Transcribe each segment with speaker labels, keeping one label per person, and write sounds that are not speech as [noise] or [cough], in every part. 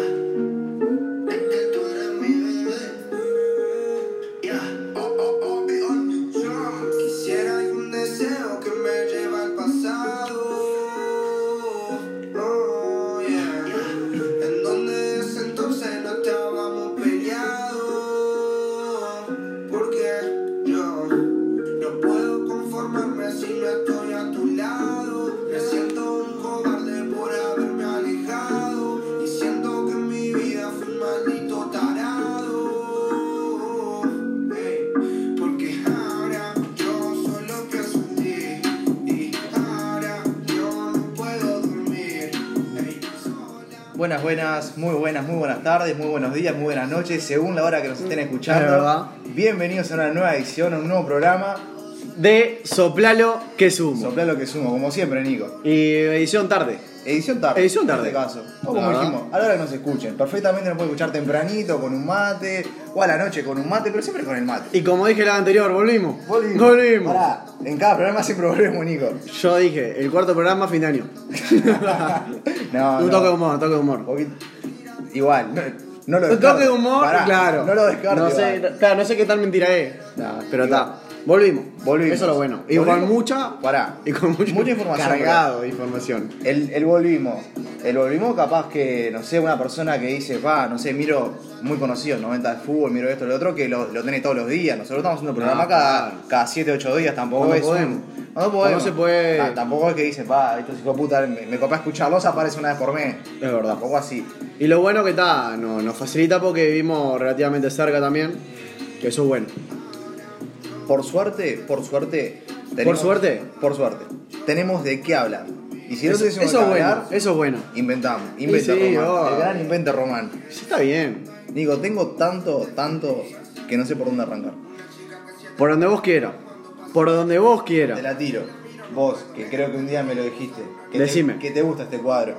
Speaker 1: Oh, Oh, si no estoy a tu lado. Me siento un cobarde por haberme alejado. Y siento que en mi vida fui un maldito tarado. Ey, Porque ahora yo solo pienso en ti. Y ahora yo no puedo dormir. Ey, sola.
Speaker 2: Buenas, buenas, muy buenas, muy buenas tardes, muy buenos días, muy buenas noches, según la hora que nos estén escuchando.
Speaker 3: Es verdad.
Speaker 2: Bienvenidos a una nueva edición, a un nuevo programa.
Speaker 3: de Soplalo que sumo.
Speaker 2: Soplá lo que sumo, como siempre, Nico.
Speaker 3: Y edición tarde.
Speaker 2: Edición tarde.
Speaker 3: Edición tarde.
Speaker 2: En este caso. O
Speaker 3: La
Speaker 2: como
Speaker 3: verdad.
Speaker 2: dijimos, a la hora que nos escuchen. Perfectamente nos pueden escuchar tempranito, con un mate, o a la noche con un mate, pero siempre con el mate.
Speaker 3: Y como dije la anterior, volvimos.
Speaker 2: Pará, en cada programa siempre volvemos, Nico.
Speaker 3: Yo dije, el cuarto programa fin de año.
Speaker 2: Ah, No,
Speaker 3: un
Speaker 2: no.
Speaker 3: toque de humor, un toque de humor.
Speaker 2: Poquito- Igual, no, no lo
Speaker 3: Un
Speaker 2: descarto.
Speaker 3: toque de humor,
Speaker 2: Pará,
Speaker 3: claro.
Speaker 2: No lo descarto.
Speaker 3: No sé,
Speaker 2: igual.
Speaker 3: no- claro, no sé qué tal mentira es.
Speaker 2: No,
Speaker 3: pero
Speaker 2: igual.
Speaker 3: está. Volvimos.
Speaker 2: Volvimos.
Speaker 3: Eso es lo bueno. Y
Speaker 2: Volvimos.
Speaker 3: con mucha.
Speaker 2: Pará.
Speaker 3: Y con mucha,
Speaker 2: Mucha información,
Speaker 3: Cargado de información.
Speaker 2: El, el volvimos. El volvimos capaz que, no sé, una persona que dice, va, no sé, miro muy conocido, 90 de fútbol, miro esto, lo otro, que lo, lo tiene todos los días. Nosotros estamos haciendo programa
Speaker 3: Ah,
Speaker 2: cada,
Speaker 3: claro.
Speaker 2: cada 7, 8 días, tampoco
Speaker 3: Cuando
Speaker 2: es. un-
Speaker 3: podemos.
Speaker 2: Cuando podemos.
Speaker 3: Cuando se puede.
Speaker 2: Ah, tampoco es que dicen, va, estos hijos de puta, me, me copás escucharlos, aparece una vez por mes.
Speaker 3: Es verdad.
Speaker 2: Tampoco así.
Speaker 3: Y lo bueno que está, no, nos facilita porque vivimos relativamente cerca también. Que eso es bueno.
Speaker 2: Por suerte, por suerte.
Speaker 3: suerte?
Speaker 2: Por suerte. Tenemos de qué hablar. Y si no
Speaker 3: eso,
Speaker 2: tenemos de
Speaker 3: eso
Speaker 2: qué
Speaker 3: es bueno.
Speaker 2: hablar,
Speaker 3: Eso es bueno.
Speaker 2: inventamos.
Speaker 3: Y
Speaker 2: Inventa
Speaker 3: sí,
Speaker 2: Román.
Speaker 3: oh.
Speaker 2: El gran inventa Román.
Speaker 3: Sí, está bien.
Speaker 2: Digo, tengo tanto, tanto que no sé por dónde arrancar.
Speaker 3: Por donde vos quieras. Por donde vos
Speaker 2: Te
Speaker 3: quieras.
Speaker 2: la tiro. Vos, que creo que un día me lo dijiste. Que
Speaker 3: Decime.
Speaker 2: Te, que te gusta este cuadro.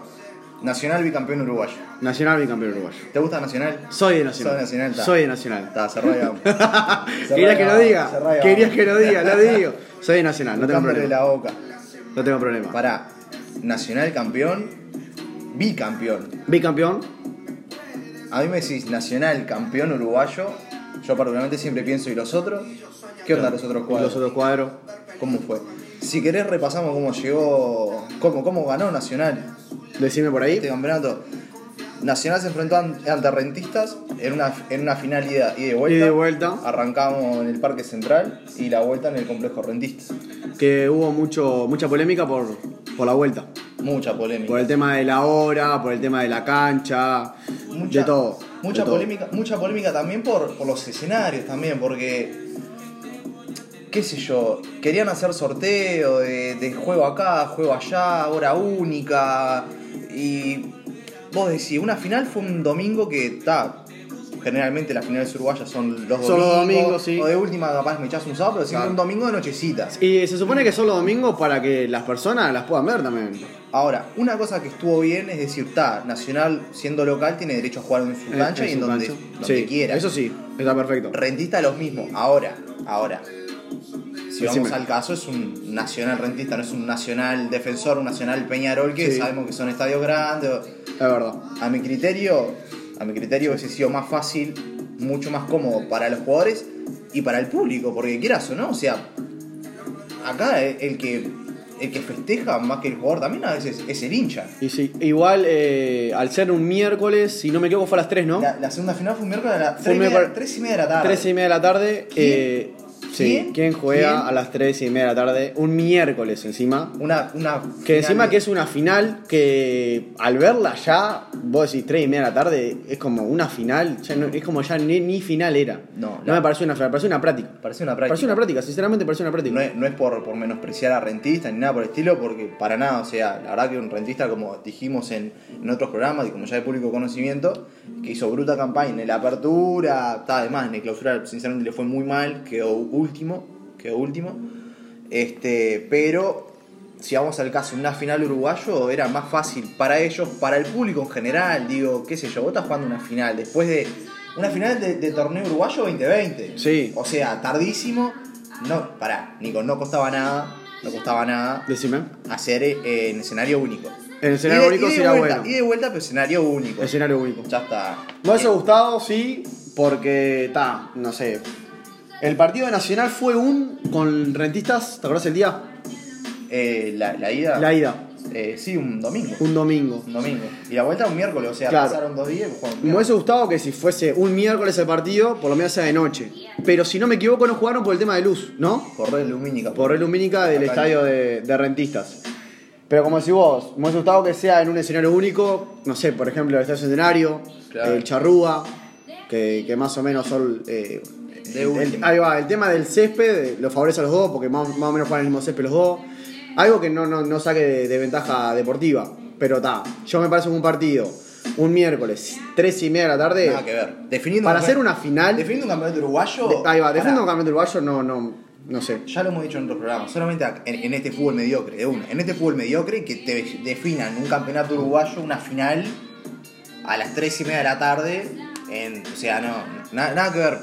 Speaker 2: Nacional bicampeón uruguayo.
Speaker 3: Nacional bicampeón uruguayo.
Speaker 2: ¿Te gusta Nacional?
Speaker 3: Soy de
Speaker 2: Soy
Speaker 3: Nacional.
Speaker 2: de Nacional, ta.
Speaker 3: Soy de Nacional.
Speaker 2: Está, cerrá y vamos. Cerrá
Speaker 3: Querías
Speaker 2: y
Speaker 3: que lo
Speaker 2: vamos, cerrá y
Speaker 3: diga.
Speaker 2: vamos.
Speaker 3: Querías que lo diga, lo
Speaker 2: [laughs]
Speaker 3: digo. Soy de Nacional, [laughs] no tengo
Speaker 2: Buscándole
Speaker 3: problema.
Speaker 2: la boca.
Speaker 3: No tengo problema.
Speaker 2: Pará. Nacional campeón, bicampeón.
Speaker 3: Bicampeón.
Speaker 2: A mí me decís Nacional campeón uruguayo. Yo particularmente siempre pienso, ¿y los otros? ¿Qué onda los otros
Speaker 3: Y
Speaker 2: cuadros?
Speaker 3: Los otros cuadros.
Speaker 2: ¿Cómo fue? Si querés repasamos cómo llegó, cómo, cómo ganó Nacional
Speaker 3: Decime por ahí.
Speaker 2: este campeonato. Nacional se enfrentó an- ante Rentistas en una, en una final ida, ida y de vuelta.
Speaker 3: Y de vuelta.
Speaker 2: Arrancamos en el Parque Central y la vuelta en el Complejo Rentistas.
Speaker 3: Que hubo mucho, mucha polémica por, por la vuelta.
Speaker 2: Mucha polémica.
Speaker 3: Por el tema de la hora, por el tema de la cancha.
Speaker 2: mucha,
Speaker 3: de todo.
Speaker 2: Mucha
Speaker 3: de todo.
Speaker 2: polémica, mucha polémica también por, por los escenarios también, porque qué sé yo, querían hacer sorteo de, de juego acá, juego allá, hora única y vos decís, una final fue un domingo que está Generalmente las finales uruguayas son los domingos.
Speaker 3: Son los domingos, sí.
Speaker 2: O de última capaz me echás un sábado, pero siempre
Speaker 3: Claro.
Speaker 2: un domingo de nochecita.
Speaker 3: Y se supone que son los domingos para que las personas las puedan ver también.
Speaker 2: Ahora, una cosa que estuvo bien es decir, está, Nacional siendo local tiene derecho a jugar en su cancha
Speaker 3: Eh,
Speaker 2: y en
Speaker 3: su
Speaker 2: donde,
Speaker 3: cancha.
Speaker 2: donde
Speaker 3: Sí,
Speaker 2: quiera.
Speaker 3: Eso sí, está perfecto.
Speaker 2: Rentista lo mismo, ahora, ahora. Si vamos
Speaker 3: Decime.
Speaker 2: al caso, es un nacional rentista, no es un nacional defensor, un nacional Peñarol, que
Speaker 3: Sí.
Speaker 2: sabemos que son estadios grandes.
Speaker 3: Es verdad.
Speaker 2: A mi criterio, a mi criterio hubiese sido más fácil, mucho más cómodo para los jugadores y para el público, porque quieras o no, o sea, acá el el que, el que festeja más que el jugador también a veces es el hincha.
Speaker 3: Y sí, igual eh, al ser un miércoles, si no me equivoco, fue a las 3, ¿no?
Speaker 2: La, la segunda final fue un miércoles a las
Speaker 3: Fue un
Speaker 2: 3 y, media-
Speaker 3: miércoles-
Speaker 2: tres y media de la tarde.
Speaker 3: 3 y media de la tarde.
Speaker 2: ¿Quién?
Speaker 3: eh, sí,
Speaker 2: ¿Quién?
Speaker 3: ¿quién, juega
Speaker 2: ¿Quién?
Speaker 3: a las 3 y media de la tarde? Un miércoles encima.
Speaker 2: Una, una
Speaker 3: Que
Speaker 2: final-
Speaker 3: encima que es una final que al verla ya, vos decís 3 y media de la tarde, es como una final, ya no- es como ya ni, ni final era.
Speaker 2: No,
Speaker 3: no
Speaker 2: la-
Speaker 3: me pareció una final, pareció una práctica.
Speaker 2: Parece una práctica.
Speaker 3: Pareció una práctica, sinceramente pareció una práctica.
Speaker 2: No es, no es por, por menospreciar a rentistas ni nada por el estilo, porque para nada, o sea, la verdad que un rentista, como dijimos en, en otros programas y como ya de público conocimiento, que hizo bruta campaña en la apertura, está además en el clausura, sinceramente le fue muy mal, quedó último, quedó último. Este, pero si vamos al caso, una final uruguayo era más fácil para ellos, para el público en general, digo, qué sé yo, vos estás jugando una final después de. Una final de, de torneo uruguayo 2020.
Speaker 3: Sí.
Speaker 2: O sea, tardísimo. No, pará, Nico, no costaba nada, no costaba nada
Speaker 3: Decime.
Speaker 2: hacer eh, en escenario único.
Speaker 3: En el escenario
Speaker 2: Y de-
Speaker 3: único
Speaker 2: y de
Speaker 3: será
Speaker 2: vuelta,
Speaker 3: bueno.
Speaker 2: Y de vuelta, pero escenario único.
Speaker 3: Escenario único.
Speaker 2: Ya está.
Speaker 3: Me hubiese gustado, sí, porque está, no sé. El partido de Nacional fue un con rentistas, ¿te acordás el día?
Speaker 2: Eh, la, la ida.
Speaker 3: La ida.
Speaker 2: Eh, sí, un domingo.
Speaker 3: Un domingo.
Speaker 2: Un domingo. Y la vuelta un miércoles, o sea,
Speaker 3: Claro.
Speaker 2: pasaron dos días y jugaron un
Speaker 3: Me
Speaker 2: miércoles.
Speaker 3: hubiese gustado que si fuese un miércoles el partido, por lo menos sea de noche. Pero si no me equivoco, no jugaron por el tema de luz, ¿no?
Speaker 2: Por Red Lumínica.
Speaker 3: Por el lumínica del estadio de, de rentistas. Pero como decís vos, me hubiese gustado que sea en un escenario único, no sé, por ejemplo, el Estadio Centenario,
Speaker 2: Claro.
Speaker 3: el Charrúa, que, que más o menos son... eh,
Speaker 2: De
Speaker 3: el-
Speaker 2: última.
Speaker 3: ahí va, el tema del césped eh, lo favorece a los dos, porque más, más o menos juegan el mismo césped los dos. Algo que no, no, no saque de, de ventaja deportiva. Pero ta, yo me parece que un partido, un miércoles, tres y media de la tarde,
Speaker 2: Nada que ver. Definiendo
Speaker 3: para
Speaker 2: un
Speaker 3: hacer
Speaker 2: campe-
Speaker 3: una final...
Speaker 2: Definiendo un campeonato uruguayo.
Speaker 3: de- ahí va,
Speaker 2: pará.
Speaker 3: defiendo un campeonato uruguayo, no, no, no sé.
Speaker 2: Ya lo hemos dicho en otros programas, solamente ac- en, en este fútbol mediocre, de una. En este fútbol mediocre que te definan un campeonato uruguayo, una final, a las 3 y media de la tarde. en- o sea, no, na- nada que ver.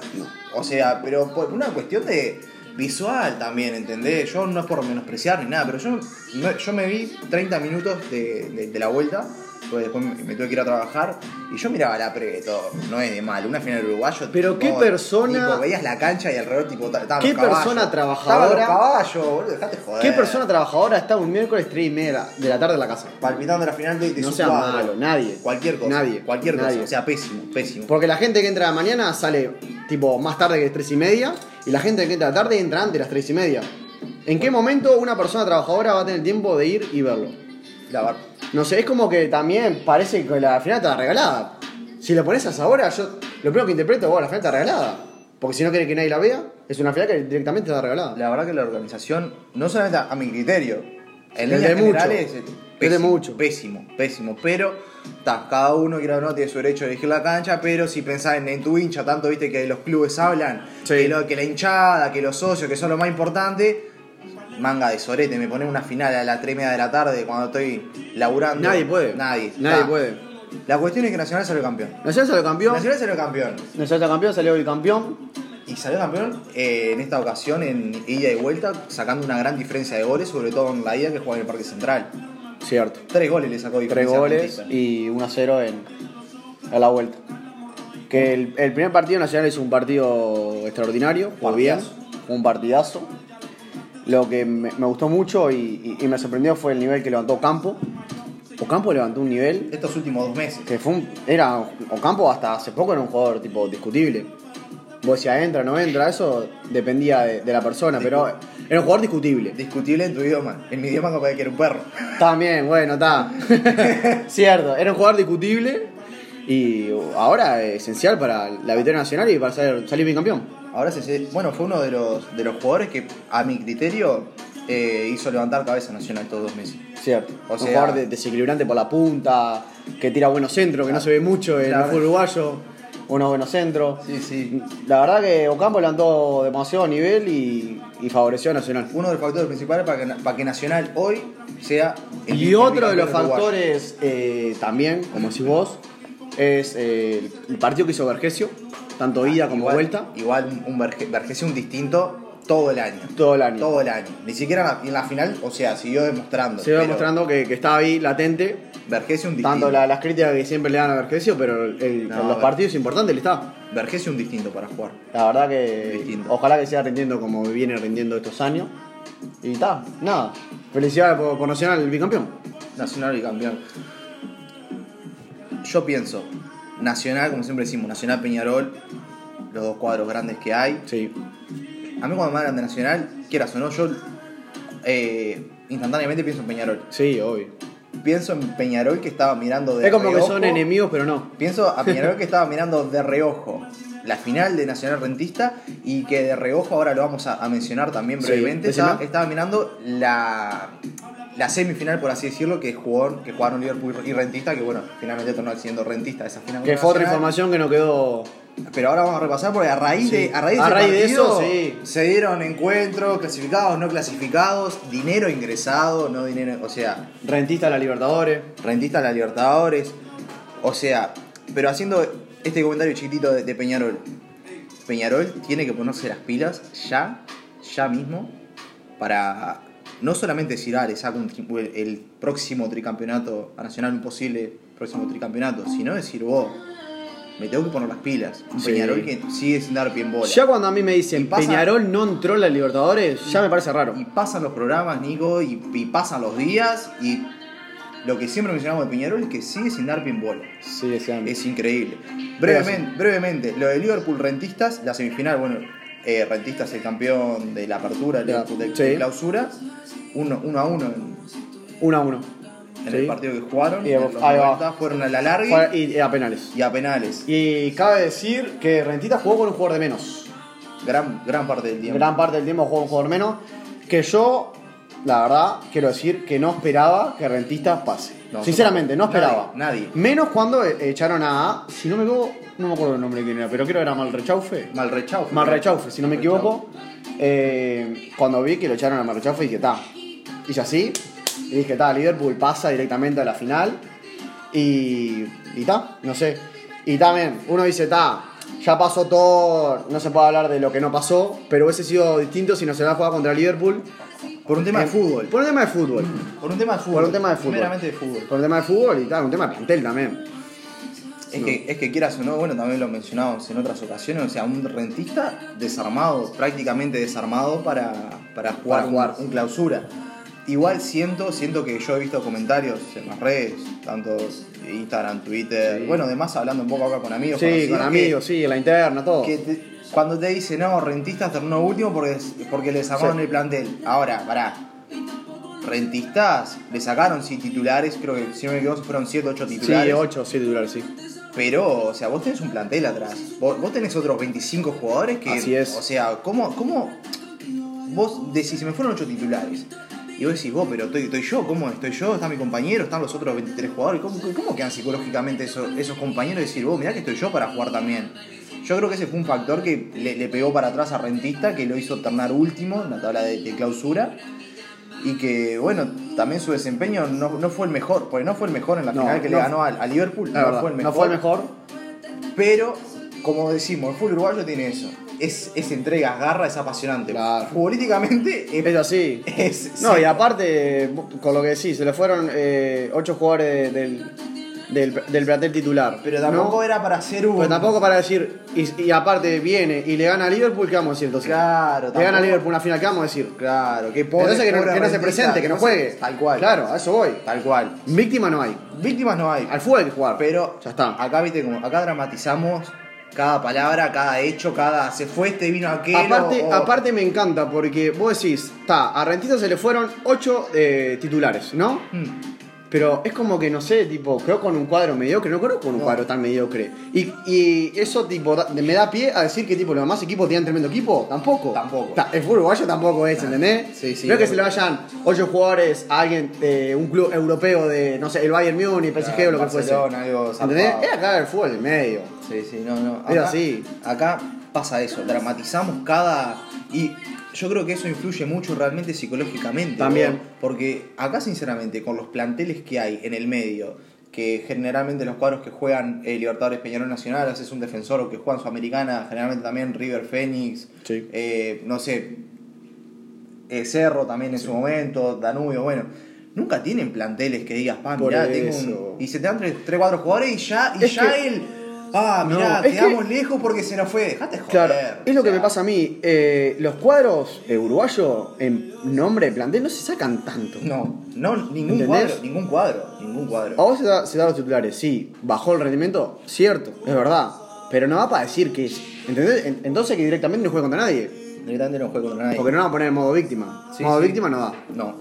Speaker 2: O sea, pero por una cuestión de visual también, ¿entendés? Yo no es por menospreciar ni nada, pero yo, no- yo me vi 30 minutos de, de- de la vuelta. Porque después me, me tuve que ir a trabajar y yo miraba la previa y todo, no es de mal, una final uruguayo.
Speaker 3: Pero qué
Speaker 2: tipo,
Speaker 3: persona-
Speaker 2: tipo, veías la cancha y alrededor tipo ta- ta-
Speaker 3: ¿Qué
Speaker 2: caballo.
Speaker 3: persona
Speaker 2: Estaba
Speaker 3: trabajadora?
Speaker 2: los caballos, boludo, dejate joder.
Speaker 3: ¿Qué persona trabajadora está un miércoles 3 y media de la- de la tarde en la casa?
Speaker 2: Palpitando la final de, de
Speaker 3: No
Speaker 2: su
Speaker 3: sea
Speaker 2: cuadro.
Speaker 3: malo, nadie.
Speaker 2: Cualquier cosa.
Speaker 3: Nadie,
Speaker 2: Cualquier
Speaker 3: nadie.
Speaker 2: cosa. O sea, pésimo, pésimo.
Speaker 3: Porque la gente que entra a la mañana sale tipo más tarde que las 3 y media y la gente que entra a la tarde entra antes de las 3 y media. ¿En qué momento una persona trabajadora va a tener tiempo de ir y verlo?
Speaker 2: La verdad.
Speaker 3: No sé, es como que también parece que la final está regalada. Si lo pones a esa hora, yo lo primero que interpreto es, bueno, la final está regalada. Porque si no querés que nadie la vea, es una final que directamente está regalada.
Speaker 2: La verdad que la organización, no solamente a, a mi criterio, en
Speaker 3: Es
Speaker 2: líneas
Speaker 3: de mucho.
Speaker 2: generales, es
Speaker 3: Es de
Speaker 2: pésimo,
Speaker 3: mucho.
Speaker 2: pésimo, pésimo. Pero, ta, cada uno quiera o no tiene su derecho a elegir la cancha, pero si pensás en, en tu hincha, tanto viste que los clubes hablan,
Speaker 3: Sí.
Speaker 2: que, lo- que la hinchada, que los socios, que son lo más importante, manga de sorete, me ponen una final a las 3 de la tarde cuando estoy laburando.
Speaker 3: Nadie puede.
Speaker 2: Nadie.
Speaker 3: Nadie
Speaker 2: Ta.
Speaker 3: puede.
Speaker 2: La cuestión es que Nacional salió campeón.
Speaker 3: Nacional salió campeón.
Speaker 2: Nacional salió campeón.
Speaker 3: Nacional salió campeón, salió el campeón.
Speaker 2: Y salió campeón eh, en esta ocasión en ida y vuelta, sacando una gran diferencia de goles, sobre todo en la ida que juega en el Parque Central.
Speaker 3: Cierto.
Speaker 2: Tres goles le sacó
Speaker 3: Tres
Speaker 2: diferencia. a
Speaker 3: goles
Speaker 2: Argentina.
Speaker 3: y 1 a 0 en, a la vuelta. Que el, el primer partido Nacional es un partido extraordinario, jugó bien, un partidazo. Lo que me, me gustó mucho y, y- y me sorprendió fue el nivel que levantó Campo. Ocampo levantó un nivel
Speaker 2: Estos últimos dos meses.
Speaker 3: que fue un, era Ocampo hasta hace poco era un jugador tipo discutible. Vos decías entra, no entra, eso dependía de, de la persona, pero era un jugador discutible.
Speaker 2: Discutible en tu idioma. En mi idioma como que era un perro.
Speaker 3: También, bueno, está. [laughs] Cierto, era un jugador discutible y ahora es esencial para la victoria nacional y para ser- salir bicampeón.
Speaker 2: Ahora se- se... Bueno, fue uno de los, de los jugadores que, a mi criterio, eh, hizo levantar cabeza nacional estos dos meses.
Speaker 3: Cierto.
Speaker 2: O
Speaker 3: un
Speaker 2: sea-
Speaker 3: jugador de- desequilibrante por la punta, que tira buenos centros, que no se ve mucho en
Speaker 2: Claro.
Speaker 3: el fútbol uruguayo, unos buenos centros.
Speaker 2: Sí, sí.
Speaker 3: La verdad que Ocampo levantó demasiado nivel y, y favoreció a Nacional.
Speaker 2: Uno de los factores principales para que, para que Nacional hoy sea el
Speaker 3: Y otro de los
Speaker 2: bicampeón uruguayo.
Speaker 3: factores eh, también, como si vos, es eh, el partido que hizo Vergesio, tanto ida como
Speaker 2: Igual-
Speaker 3: vuelta.
Speaker 2: Igual un- un Verge- Vergesio un distinto todo el año.
Speaker 3: Todo el año.
Speaker 2: Todo el año. Ni siquiera en la, en la final, o sea, siguió demostrando.
Speaker 3: Se va
Speaker 2: pero
Speaker 3: mostrando que, que está ahí latente.
Speaker 2: Vergesio un distinto.
Speaker 3: Tanto la- las críticas que siempre le dan a Vergesio, pero el- el-
Speaker 2: No,
Speaker 3: en
Speaker 2: a
Speaker 3: los
Speaker 2: ver.
Speaker 3: partidos importantes le está.
Speaker 2: Vergesio un distinto para jugar.
Speaker 3: La verdad que
Speaker 2: Distinto.
Speaker 3: ojalá que siga rindiendo como viene rindiendo estos años. Y está, nada. Felicidades por, por Nacional, el bicampeón.
Speaker 2: Nacional y campeón. Yo pienso, Nacional, como siempre decimos, Nacional Peñarol, los dos cuadros grandes que hay.
Speaker 3: Sí.
Speaker 2: A mí cuando me hablan de Nacional, quieras o no, yo eh, instantáneamente pienso en Peñarol.
Speaker 3: Sí, obvio.
Speaker 2: Pienso en Peñarol que estaba mirando de
Speaker 3: Es como que
Speaker 2: reojo.
Speaker 3: son enemigos, pero no.
Speaker 2: Pienso a Peñarol que estaba mirando de reojo la final de Nacional Rentista y que de reojo ahora lo vamos a, a mencionar también
Speaker 3: Sí,
Speaker 2: brevemente.
Speaker 3: decime.
Speaker 2: estaba, estaba mirando la, la semifinal, por así decirlo, que, jugó, que jugaron Liverpool y Rentista, que bueno, finalmente terminó siendo Rentista esa final.
Speaker 3: Que
Speaker 2: con
Speaker 3: fue otra
Speaker 2: Nacional.
Speaker 3: información que no quedó.
Speaker 2: Pero ahora vamos a repasar porque a raíz
Speaker 3: Sí.
Speaker 2: de, a raíz
Speaker 3: A
Speaker 2: de, ese
Speaker 3: raíz de
Speaker 2: partido
Speaker 3: eso, sí.
Speaker 2: se dieron encuentros, clasificados, no clasificados, dinero ingresado, no dinero, o sea,
Speaker 3: Rentista de la Libertadores.
Speaker 2: Rentista de la Libertadores. O sea, pero haciendo este comentario chiquitito de, de Peñarol. Peñarol tiene que ponerse las pilas ya, ya mismo, para no solamente decir, ah, le saco un tri- el, el próximo tricampeonato a Nacional, un posible próximo tricampeonato, sino decir, vos, me tengo que poner las pilas. Un
Speaker 3: Sí.
Speaker 2: Peñarol que sigue sin dar pie en bola.
Speaker 3: Ya cuando a mí me
Speaker 2: Y
Speaker 3: dicen
Speaker 2: pasa-
Speaker 3: Peñarol no entró en la Libertadores, ya me parece raro.
Speaker 2: Y pasan los programas, Nico, y, y pasan los días, y Lo que siempre mencionamos de Peñarol es que sigue sin dar bola.
Speaker 3: Sí, ese ámbito.
Speaker 2: Es increíble. Brevemente, brevemente, lo de Liverpool Rentistas, la semifinal, bueno, eh, Rentistas el campeón de la apertura,
Speaker 3: De la-
Speaker 2: Liverpool de,
Speaker 3: sí.
Speaker 2: de clausura, 1 uno, uno a 1 en,
Speaker 3: 1 a 1.
Speaker 2: en el partido que jugaron,
Speaker 3: Y
Speaker 2: en los
Speaker 3: ahí va.
Speaker 2: 90, fueron a la larga
Speaker 3: Y, y a penales.
Speaker 2: y a penales.
Speaker 3: Y cabe decir que Rentita jugó con un jugador de menos.
Speaker 2: Gran, gran parte del tiempo.
Speaker 3: Gran parte del tiempo jugó con un jugador menos. Que yo, la verdad, quiero decir que no esperaba que Rentista pase.
Speaker 2: No,
Speaker 3: Sinceramente, no
Speaker 2: nadie,
Speaker 3: esperaba.
Speaker 2: nadie.
Speaker 3: Menos cuando e- echaron a. Si no me equivoco, no me acuerdo el nombre de quién era, pero creo que era Malrechaufe.
Speaker 2: Malrechaufe.
Speaker 3: Malrechaufe, si no me equivoco. eh, cuando vi que lo echaron a Malrechaufe, dije, ta. Hice así. Y dije, ta, Liverpool pasa directamente a la final. Y. Y ta, no sé. Y también, uno dice, ta, ya pasó todo. No se puede hablar de lo que no pasó. Pero hubiese sido distinto si no se la jugado contra Liverpool.
Speaker 2: Por un tema de
Speaker 3: Eh,
Speaker 2: fútbol.
Speaker 3: Por un tema de fútbol.
Speaker 2: Por un tema de fútbol.
Speaker 3: Por un tema de fútbol.
Speaker 2: Meramente de fútbol.
Speaker 3: Por un tema de fútbol y tal, un tema de plantel también.
Speaker 2: Es, que, es que quieras o no, bueno, también lo mencionamos en otras ocasiones, o sea, un rentista desarmado, prácticamente desarmado para, para jugar,
Speaker 3: Para jugar.
Speaker 2: Un, un clausura. Igual siento, siento que yo he visto comentarios en las redes, tanto Instagram, Twitter,
Speaker 3: Sí.
Speaker 2: bueno, además hablando un poco acá con amigos.
Speaker 3: Sí,
Speaker 2: conocidos,
Speaker 3: con amigos, sí, en la interna, todo.
Speaker 2: que- que te- cuando te dicen, no, rentistas terminó último porque, porque le desarmaron
Speaker 3: Sí.
Speaker 2: el plantel. Ahora, pará. Rentistas le sacaron, sí, titulares, creo que si no me equivoco fueron 7, 8 titulares.
Speaker 3: Sí, 8, sí, titulares, sí.
Speaker 2: Pero, o sea, vos tenés un plantel atrás. Vos, vos tenés otros 25 jugadores que.
Speaker 3: Así es.
Speaker 2: O sea, ¿cómo, cómo vos decís, se me fueron 8 titulares? Y vos decís, vos, pero estoy, estoy yo, ¿cómo estoy yo? Está mi compañero, están los otros 23 jugadores. ¿Cómo, cómo quedan psicológicamente esos, esos compañeros? Y decir, vos, mirá que estoy yo para jugar también. Yo creo que ese fue un factor que le, le pegó para atrás a Rentista, que lo hizo terminar último en la tabla de- de clausura. Y que, bueno, también su desempeño no, no fue el mejor, porque no fue el mejor en la
Speaker 3: No,
Speaker 2: final que le
Speaker 3: no
Speaker 2: ganó al- a, Liverpool,
Speaker 3: La
Speaker 2: no
Speaker 3: verdad,
Speaker 2: fue, el mejor,
Speaker 3: No fue el mejor.
Speaker 2: Pero, como decimos, el fútbol uruguayo tiene eso. Es, es entrega, garra, es apasionante.
Speaker 3: Claro.
Speaker 2: Futbolísticamente es,
Speaker 3: Es así.
Speaker 2: es-
Speaker 3: No,
Speaker 2: sí.
Speaker 3: y aparte, con lo que decís, se le fueron eh, ocho jugadores del, del, del plantel titular.
Speaker 2: Pero tampoco
Speaker 3: No,
Speaker 2: era para ser uno.
Speaker 3: pero tampoco para decir, y, y aparte viene y le gana a Liverpool, ¿qué vamos a decir entonces?
Speaker 2: Claro,
Speaker 3: le gana a
Speaker 2: tampoco-
Speaker 3: Liverpool una final, ¿qué vamos a decir?
Speaker 2: Claro, que pobre-
Speaker 3: Entonces que no,
Speaker 2: pobre
Speaker 3: que no se
Speaker 2: Rentista,
Speaker 3: presente, que no
Speaker 2: se-
Speaker 3: juegue.
Speaker 2: Tal cual.
Speaker 3: Claro, a eso voy.
Speaker 2: Tal cual.
Speaker 3: Víctima no hay.
Speaker 2: Víctimas no hay.
Speaker 3: Al fútbol hay que jugar.
Speaker 2: Pero
Speaker 3: Ya está.
Speaker 2: acá viste como acá dramatizamos cada palabra, cada hecho, cada se fue este vino aquel.
Speaker 3: Aparte,
Speaker 2: o- o-
Speaker 3: aparte me encanta porque vos decís, ta, a Rentista se le fueron ocho eh, titulares, ¿no?
Speaker 2: Mm.
Speaker 3: Pero es como que no sé, tipo, creo con un cuadro mediocre, no creo con un
Speaker 2: No.
Speaker 3: cuadro tan mediocre. Y, y eso, tipo, da- me da pie a decir que, tipo, los demás equipos tienen tremendo equipo. Tampoco.
Speaker 2: Tampoco.
Speaker 3: Ta- el fútbol uruguayo tampoco es, ¿entendés?
Speaker 2: Sí, sí,
Speaker 3: No es que
Speaker 2: obvio.
Speaker 3: se le vayan ocho jugadores a alguien de un club europeo de, no sé, el Bayern Múnich, PSG o lo que fuese.
Speaker 2: Barcelona, algo
Speaker 3: ¿Entendés?
Speaker 2: zarpado.
Speaker 3: Es acá el fútbol del medio.
Speaker 2: Sí, sí, no, no.
Speaker 3: Es así.
Speaker 2: Acá pasa eso, dramatizamos cada. Y yo creo que eso influye mucho realmente psicológicamente.
Speaker 3: También.
Speaker 2: ¿no? Porque acá, sinceramente, con los planteles que hay en el medio, que generalmente los cuadros que juegan eh, Libertadores Peñarol Nacional, haces un defensor o que juegan Sudamericana, generalmente también River Phoenix,
Speaker 3: Sí.
Speaker 2: eh, no sé, eh, Cerro también en su momento, Danubio, bueno. Nunca tienen planteles que digas, pa,
Speaker 3: Por
Speaker 2: mirá, tengo
Speaker 3: eso.
Speaker 2: un... Y se te dan 3, 4 jugadores y ya, y
Speaker 3: Es
Speaker 2: ya
Speaker 3: que-
Speaker 2: él. Ah,
Speaker 3: No,
Speaker 2: mirá,
Speaker 3: es
Speaker 2: quedamos lejos porque se nos fue. Dejate joder.
Speaker 3: Claro, es lo
Speaker 2: o
Speaker 3: que
Speaker 2: sea,
Speaker 3: me pasa a mí. Eh, los cuadros eh, uruguayos en nombre de plantel no se sacan tanto.
Speaker 2: No, no, ningún
Speaker 3: ¿Entendés? Oh.
Speaker 2: cuadro, ningún cuadro, ningún cuadro.
Speaker 3: A vos se da, se da los titulares, sí. Bajó el rendimiento, cierto, es verdad. Pero no va para decir que. ¿Entendés? En- Entonces que directamente no juega contra nadie.
Speaker 2: Directamente no juego contra nadie.
Speaker 3: Porque no va a poner en modo víctima.
Speaker 2: Sí,
Speaker 3: modo
Speaker 2: sí.
Speaker 3: víctima no da.
Speaker 2: No.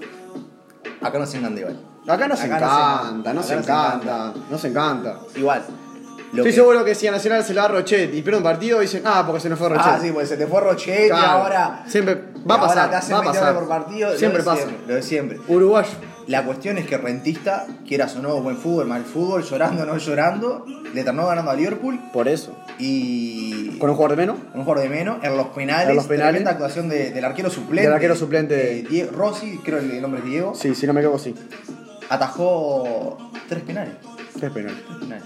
Speaker 2: Acá no se engan de igual.
Speaker 3: Acá nos
Speaker 2: Acá
Speaker 3: encanta,
Speaker 2: no
Speaker 3: nos
Speaker 2: se-
Speaker 3: encanta,
Speaker 2: acá no se
Speaker 3: nos encanta.
Speaker 2: Igual. Lo
Speaker 3: Estoy
Speaker 2: que-
Speaker 3: seguro que si a Nacional se la da Rochet y pierde un partido, dicen, ah, porque se nos fue Rochet.
Speaker 2: Ah, sí, pues se te fue Rochete
Speaker 3: Claro.
Speaker 2: ahora.
Speaker 3: Siempre va a
Speaker 2: ahora
Speaker 3: pasar,
Speaker 2: te hacen
Speaker 3: va a
Speaker 2: 20
Speaker 3: pasar.
Speaker 2: horas por partido. lo
Speaker 3: Siempre
Speaker 2: de
Speaker 3: pasa.
Speaker 2: lo de siempre.
Speaker 3: Uruguayo.
Speaker 2: La cuestión es que Rentista, quieras o no, buen fútbol, mal fútbol, llorando o no llorando, le terminó ganando a Liverpool
Speaker 3: Por eso.
Speaker 2: y.
Speaker 3: Con un jugador de menos.
Speaker 2: un jugador de menos, en los penales,
Speaker 3: En los penales.
Speaker 2: tremenda actuación de- del arquero suplente.
Speaker 3: Del arquero suplente.
Speaker 2: Eh, Die- Rossi, creo el, el nombre es Diego,
Speaker 3: Sí, si no me equivoco, sí.
Speaker 2: atajó tres penales.
Speaker 3: Tres penales.
Speaker 2: Tres penales.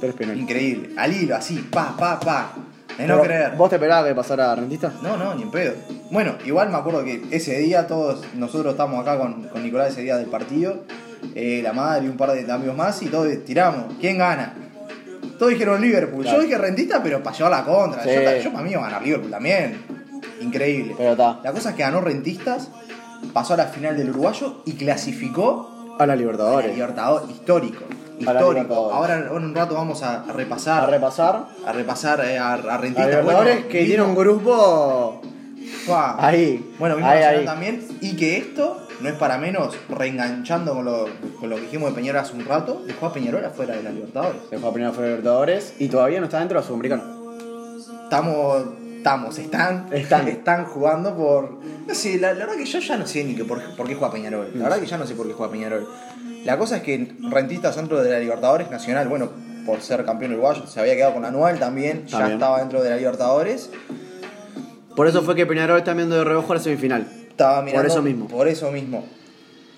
Speaker 3: Tres penales.
Speaker 2: Increíble, al hilo, así, pa, pa, pa. De
Speaker 3: Pero,
Speaker 2: no creer.
Speaker 3: ¿Vos te esperabas que pasara rentista?
Speaker 2: No, no, ni en pedo. Bueno, igual me acuerdo que ese día todos, nosotros estábamos acá con, con Nicolás ese día del partido, eh, la madre y un par de amigos más, y todos tiramos. ¿Quién gana? Todos dijeron Liverpool.
Speaker 3: Claro.
Speaker 2: Yo dije rentista, pero para llevar la contra.
Speaker 3: Sí.
Speaker 2: Yo, ta- yo para mí iba a ganar Liverpool también. Increíble.
Speaker 3: Pero está.
Speaker 2: La cosa es que ganó rentistas, pasó a la final del uruguayo y clasificó
Speaker 3: A la
Speaker 2: Ahora,
Speaker 3: Libertadores.
Speaker 2: Libertador, histórico.
Speaker 3: A la
Speaker 2: Histórico.
Speaker 3: Libertadores.
Speaker 2: Ahora, ahora en un rato vamos a, a repasar.
Speaker 3: A repasar.
Speaker 2: a repasar, eh, a, a
Speaker 3: A
Speaker 2: rentistas.
Speaker 3: Libertadores
Speaker 2: Bueno,
Speaker 3: que
Speaker 2: vino-
Speaker 3: tiene un grupo.
Speaker 2: Fua.
Speaker 3: Ahí.
Speaker 2: Bueno, vino
Speaker 3: Ahí,
Speaker 2: Nacional
Speaker 3: ahí.
Speaker 2: también. Y que esto no es para menos, reenganchando con lo, con lo que dijimos de Peñarol hace un rato, dejó a Peñarol afuera de la Libertadores.
Speaker 3: Se fue a primera fue Libertadores y todavía no está dentro de la Sudamericana.
Speaker 2: Estamos, estamos, están,
Speaker 3: Están.
Speaker 2: están jugando por. No sé, la, la verdad que yo ya no sé ni que por, por qué juega Peñarol. La verdad que ya no sé por qué juega Peñarol. La cosa es que Rentistas dentro de la Libertadores Nacional, bueno, por ser campeón uruguayo, se había quedado con Anual también, ya
Speaker 3: También.
Speaker 2: estaba dentro de la Libertadores.
Speaker 3: Por eso fue que Peñarol está viendo de reojo la semifinal.
Speaker 2: Estaba mirando.
Speaker 3: eso mismo.
Speaker 2: Por eso mismo.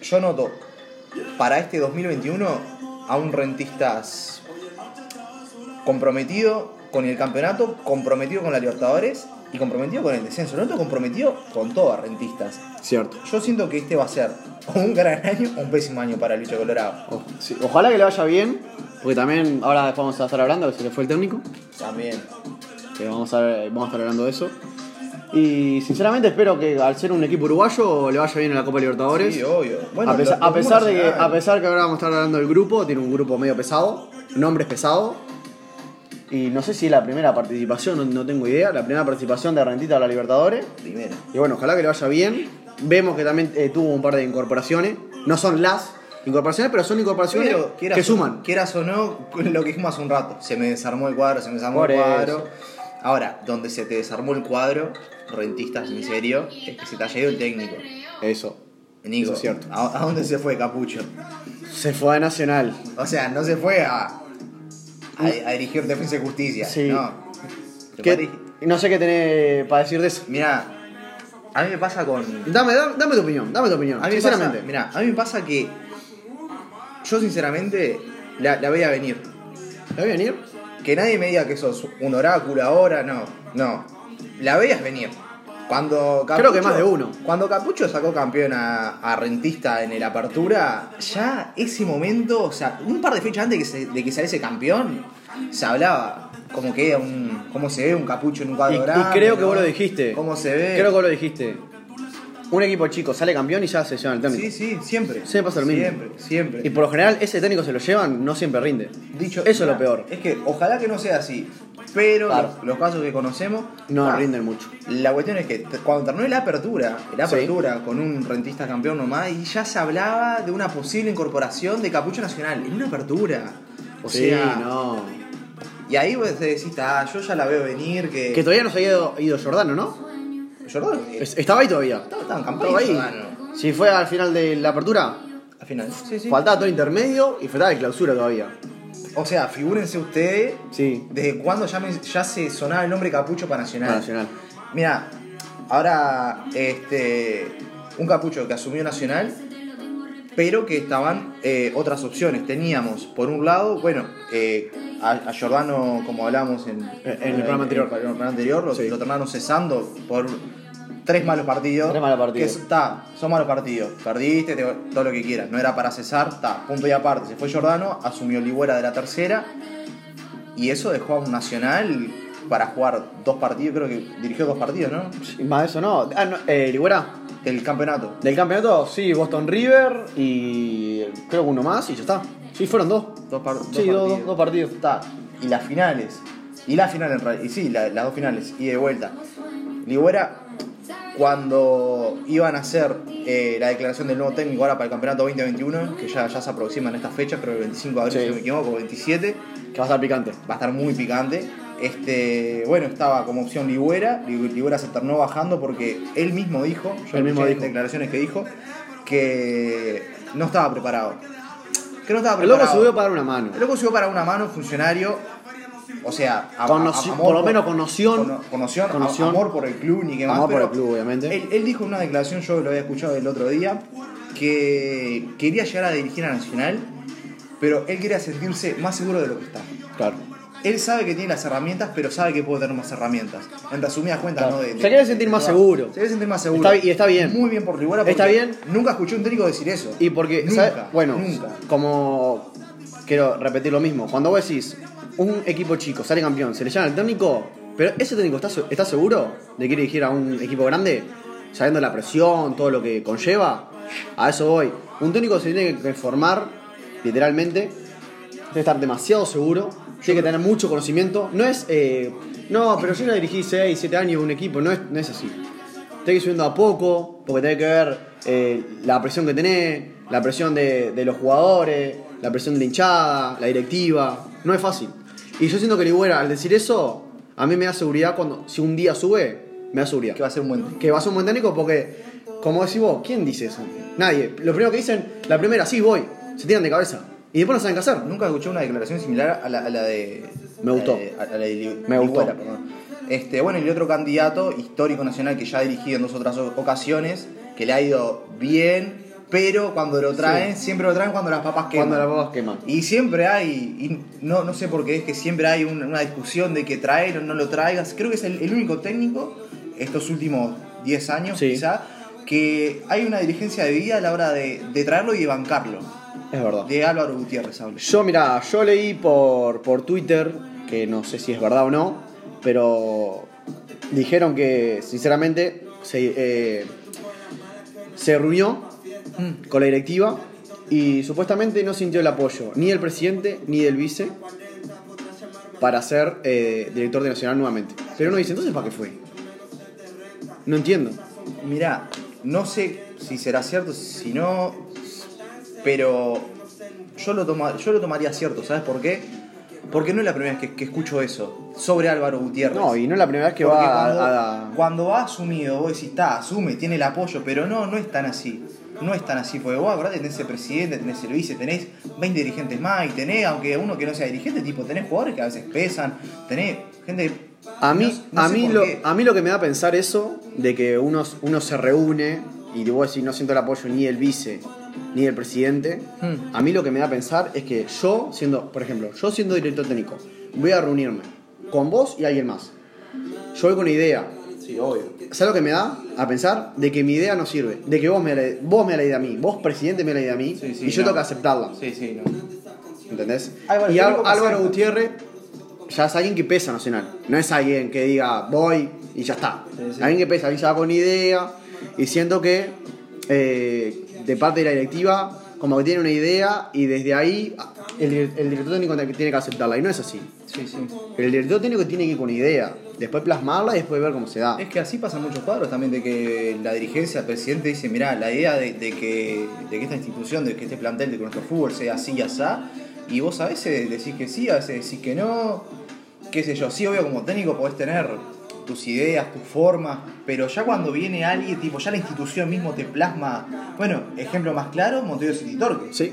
Speaker 2: Yo noto para este 2021 a un rentistas comprometido con el campeonato, comprometido con la Libertadores y comprometido con el descenso. Noto comprometido con todo a rentistas.
Speaker 3: Cierto.
Speaker 2: Yo siento que este va a ser o un gran año o un pésimo año para Lucho Colorado.
Speaker 3: O- sí, Ojalá que le vaya bien, porque también ahora después vamos a estar hablando, que se le fue el técnico,
Speaker 2: También.
Speaker 3: que vamos a, vamos a estar hablando de eso. Y sinceramente espero que al ser un equipo uruguayo le vaya bien en la Copa Libertadores.
Speaker 2: Sí, obvio.
Speaker 3: a, pesa-
Speaker 2: lo-
Speaker 3: a pesar de que,
Speaker 2: nacional.
Speaker 3: a pesar que ahora vamos a estar hablando del grupo, tiene un grupo medio pesado, nombres pesados. Y no sé si es la primera participación, no, no tengo idea, la primera participación de Rentita a la Libertadores.
Speaker 2: Primero.
Speaker 3: Y bueno, ojalá que le vaya bien. Vemos que también eh, tuvo un par de incorporaciones. No son las incorporaciones, pero son incorporaciones
Speaker 2: Pero, quieras
Speaker 3: que
Speaker 2: o-
Speaker 3: suman.
Speaker 2: Quieras o no, con lo que dijimos hace un rato. Se me desarmó el cuadro, se me desarmó
Speaker 3: Por
Speaker 2: el
Speaker 3: eso.
Speaker 2: cuadro. Ahora, donde se te desarmó el cuadro, rentistas en serio, es que se te ha ido el técnico.
Speaker 3: Eso.
Speaker 2: Nico,
Speaker 3: Eso es cierto.
Speaker 2: ¿a, a dónde se fue Capucho?
Speaker 3: Se fue a Nacional.
Speaker 2: O sea, no se fue a, a, a dirigir Defensa y Justicia.
Speaker 3: Sí.
Speaker 2: No. Te
Speaker 3: ¿Qué-
Speaker 2: parece-
Speaker 3: no sé qué tenés para decir de eso.
Speaker 2: Mirá, a mí me pasa con,
Speaker 3: Dame, dame, dame tu opinión, dame tu opinión.
Speaker 2: A mí
Speaker 3: sinceramente.
Speaker 2: Mira, a mí me pasa que yo sinceramente la, la veía venir.
Speaker 3: ¿La voy a venir?
Speaker 2: Que nadie me diga que sos un oráculo ahora, no, no. La veías venir. Cuando
Speaker 3: Creo que más de uno.
Speaker 2: Cuando Capucho sacó campeón a, a Rentista en el Apertura, ya ese momento, o sea, un par de fechas antes de que, se- de que saliese campeón, se hablaba como que era un. cómo se ve un capucho en un
Speaker 3: Y,
Speaker 2: cuadro
Speaker 3: y
Speaker 2: grande.
Speaker 3: creo que
Speaker 2: ¿no?
Speaker 3: vos lo dijiste.
Speaker 2: ¿Cómo se ve?
Speaker 3: Creo que vos lo dijiste. Un equipo chico sale campeón y ya se llevan el técnico.
Speaker 2: Sí, sí, siempre.
Speaker 3: Siempre pasa lo mismo.
Speaker 2: Siempre, siempre.
Speaker 3: Y por lo general, ese técnico se lo llevan, no siempre rinde.
Speaker 2: Dicho,
Speaker 3: Eso es
Speaker 2: mira,
Speaker 3: lo peor.
Speaker 2: Es que ojalá que no sea así. Pero
Speaker 3: Claro.
Speaker 2: los, los casos que conocemos.
Speaker 3: No
Speaker 2: ah,
Speaker 3: rinden mucho.
Speaker 2: La cuestión es que t- cuando terminó la apertura, la
Speaker 3: Sí.
Speaker 2: apertura con un rentista campeón nomás, y ya se hablaba de una posible incorporación de Capucho Nacional en una apertura. O
Speaker 3: sí,
Speaker 2: sea, eh,
Speaker 3: no.
Speaker 2: y ahí vos te decís, ah, yo ya la veo venir, que.
Speaker 3: Que todavía no se había ido, ido Jordano, ¿no?
Speaker 2: Jordano, eh,
Speaker 3: Es- estaba ahí todavía.
Speaker 2: estaba, estaba en campaña.
Speaker 3: Estaba ahí.
Speaker 2: Jordano.
Speaker 3: Si fue al final de la apertura,
Speaker 2: Al final. Sí, sí.
Speaker 3: faltaba todo el intermedio y faltaba el clausura todavía.
Speaker 2: O sea, figúrense ustedes
Speaker 3: Sí.
Speaker 2: desde cuándo ya, me- ya se sonaba el nombre Capucho para Nacional.
Speaker 3: Para Nacional.
Speaker 2: Mira, ahora este un capucho que asumió Nacional, pero que estaban eh, otras opciones. Teníamos, por un lado, bueno, eh, a, a Giordano, como hablamos en,
Speaker 3: En el programa anterior.
Speaker 2: en el programa anterior, lo,
Speaker 3: Sí.
Speaker 2: lo terminaron cesando por tres malos partidos.
Speaker 3: Tres malos partidos.
Speaker 2: Que es- está, son malos partidos. Perdiste, te- todo lo que quieras. No era para cesar, está, punto y aparte. Se fue Giordano, asumió Ligüera de la tercera. Y eso dejó a un Nacional para jugar dos partidos, creo que dirigió dos partidos, ¿no?
Speaker 3: Y más de eso no. Ah, no, eh, Ligüera.
Speaker 2: Del campeonato.
Speaker 3: Del campeonato, sí, Boston River y creo que uno más y ya está. Sí, fueron dos.
Speaker 2: Dos, par- dos
Speaker 3: sí, dos,
Speaker 2: partidos.
Speaker 3: dos- dos partidos.
Speaker 2: Está. Y las finales. Y la final en realidad. Y sí, la- las dos finales. Y de vuelta. Ligüera, cuando iban a hacer eh, la declaración del nuevo técnico ahora para el campeonato 2021, que ya, ya se aproxima en esta fecha, creo que el 25 de abril,
Speaker 3: Sí.
Speaker 2: si no me equivoco, 27.
Speaker 3: Que va a estar picante.
Speaker 2: va a estar muy picante. Este, bueno, estaba como opción Ligüera. Li- Ligüera se terminó bajando porque él mismo dijo, yo
Speaker 3: Él mismo
Speaker 2: escuché
Speaker 3: dijo.
Speaker 2: declaraciones que dijo, que no estaba preparado. Que no estaba
Speaker 3: El loco
Speaker 2: preparado.
Speaker 3: subió para dar una mano.
Speaker 2: El loco subió para una mano, funcionario. O sea, a-
Speaker 3: Con
Speaker 2: a- a-
Speaker 3: noci-
Speaker 2: amor
Speaker 3: por lo menos con noción.
Speaker 2: Cono- con noción, a-
Speaker 3: Con noción.
Speaker 2: amor por el club, ni que más.
Speaker 3: Amor por
Speaker 2: pero
Speaker 3: el club, obviamente.
Speaker 2: Él, él dijo en una declaración, yo lo había escuchado el otro día, que quería llegar a dirigir a Nacional, pero él quería sentirse más seguro de lo que está.
Speaker 3: Claro.
Speaker 2: Él sabe que tiene las herramientas, pero sabe que puede tener más herramientas. En resumidas cuentas,
Speaker 3: Claro.
Speaker 2: ¿no? De-
Speaker 3: Se
Speaker 2: de-
Speaker 3: quiere
Speaker 2: de-
Speaker 3: sentir
Speaker 2: de-
Speaker 3: más
Speaker 2: de-
Speaker 3: seguro.
Speaker 2: Se quiere sentir más seguro.
Speaker 3: Está bi- y está bien.
Speaker 2: Muy bien por Ligüera.
Speaker 3: Está
Speaker 2: porque
Speaker 3: bien.
Speaker 2: Nunca escuché un técnico decir eso.
Speaker 3: Y porque,
Speaker 2: Nunca,
Speaker 3: ¿sabes? Bueno,
Speaker 2: Nunca.
Speaker 3: como quiero repetir lo mismo, cuando vos decís un equipo chico sale campeón, se le llama al técnico, pero ese técnico está, se- está seguro de que quiere dirigir a un equipo grande, sabiendo la presión, todo lo que conlleva. A eso voy. Un técnico se tiene que formar, literalmente. Tiene que estar demasiado seguro. Tiene que tener mucho conocimiento. No es. eh, no, pero yo no dirigí 6, 7 años un equipo. No es, no es así. Tiene que ir subiendo a poco, porque tiene que ver eh, la presión que tenés, la presión de, de los jugadores, la presión de la hinchada, la directiva. No es fácil. Y yo siento que Ligüera, al decir eso, a mí me da seguridad cuando. Si un día sube, me da seguridad
Speaker 2: Que va a ser un buen.
Speaker 3: que va a ser un buen técnico porque, como decís vos, ¿quién dice eso? Nadie. Lo primero que dicen, la primera, sí, voy. Se tiran de cabeza. Y después no saben qué hacer.
Speaker 2: Nunca escuché una declaración similar a la, a la de. eh,
Speaker 3: Me gustó.
Speaker 2: a- a la de Li-
Speaker 3: Me gustó.
Speaker 2: Ligüera, perdón. Este, bueno, y el otro candidato histórico nacional que ya ha dirigido en dos otras o- ocasiones, que le ha ido bien, pero cuando lo traen, siempre lo traen cuando las papas queman.
Speaker 3: Cuando las papas queman.
Speaker 2: Y siempre hay, y no, no sé por qué, es que siempre hay un- una discusión de que traer o no lo traigas. Creo que es el, el único técnico, estos últimos 10 años
Speaker 3: Sí.
Speaker 2: quizá, que hay una dirigencia debida a la hora de, de traerlo y de bancarlo.
Speaker 3: Es verdad.
Speaker 2: De Álvaro Gutiérrez hablo.
Speaker 3: Yo, mira, yo leí por, por Twitter, que no sé si es verdad o no, pero dijeron que, sinceramente, se, eh, se reunió
Speaker 2: Mm.
Speaker 3: con la directiva y supuestamente no sintió el apoyo ni del presidente ni del vice para ser eh, director de Nacional nuevamente. Pero uno dice, entonces, ¿para qué fue? No entiendo.
Speaker 2: Mirá, no sé si será cierto, si no, pero yo lo, toma- yo lo tomaría cierto, ¿sabes por qué? Porque no es la primera vez que, que escucho eso sobre Álvaro Gutiérrez.
Speaker 3: No, y no es la primera vez que
Speaker 2: Porque
Speaker 3: va
Speaker 2: cuando,
Speaker 3: a- a...
Speaker 2: cuando va asumido, vos decís, está, asume, tiene el apoyo, pero no, no es tan así. No es tan así, porque vos acordate, tenés el presidente, tenés el vice, tenés 20 dirigentes más y tenés, aunque uno que no sea dirigente, tipo, tenés jugadores que a veces pesan, tenés gente...
Speaker 3: A mí,
Speaker 2: no- no
Speaker 3: a,
Speaker 2: sé
Speaker 3: mí
Speaker 2: por
Speaker 3: lo,
Speaker 2: qué.
Speaker 3: a mí lo que me da a pensar eso, de que uno, uno se reúne y vos decís, no siento el apoyo ni del vice ni del presidente,
Speaker 2: Hmm.
Speaker 3: a mí lo que me da a pensar es que yo, siendo, por ejemplo, yo siendo director técnico, voy a reunirme con vos y alguien más. Yo voy con una idea.
Speaker 2: Sí, obvio.
Speaker 3: ¿Sabes lo que me da a pensar? De que mi idea no sirve. De que vos me la, vos me das la idea a mí, vos presidente me das la idea a mí
Speaker 2: Sí, sí,
Speaker 3: y yo
Speaker 2: no.
Speaker 3: tengo que aceptarla.
Speaker 2: Sí, sí, no.
Speaker 3: ¿Entendés?
Speaker 2: Álvaro,
Speaker 3: y
Speaker 2: yo
Speaker 3: Al-
Speaker 2: digo que
Speaker 3: Álvaro
Speaker 2: sí.
Speaker 3: Gutiérrez ya es alguien que pesa Nacional. No es alguien que diga voy y ya está.
Speaker 2: Sí, sí.
Speaker 3: Alguien que pesa, alguien ya va con idea. Y siento que eh, de parte de la directiva, como que tiene una idea y desde ahí el, dir- el director técnico tiene que aceptarla. Y no es así.
Speaker 2: Sí, sí.
Speaker 3: El director técnico tiene que ir con idea, después plasmarla y después ver cómo se da.
Speaker 2: Es que así pasan muchos cuadros también, de que la dirigencia, el presidente dice, mirá, la idea de, de que, de que esta institución, de que este plantel, de que nuestro fútbol sea así y asá, y vos a veces decís que sí, a veces decís que no, qué sé yo, sí, obvio, como técnico podés tener tus ideas, tus formas, pero ya cuando viene alguien, tipo, ya la institución mismo te plasma, bueno, ejemplo más claro, Montevideo City Torque,
Speaker 3: Sí,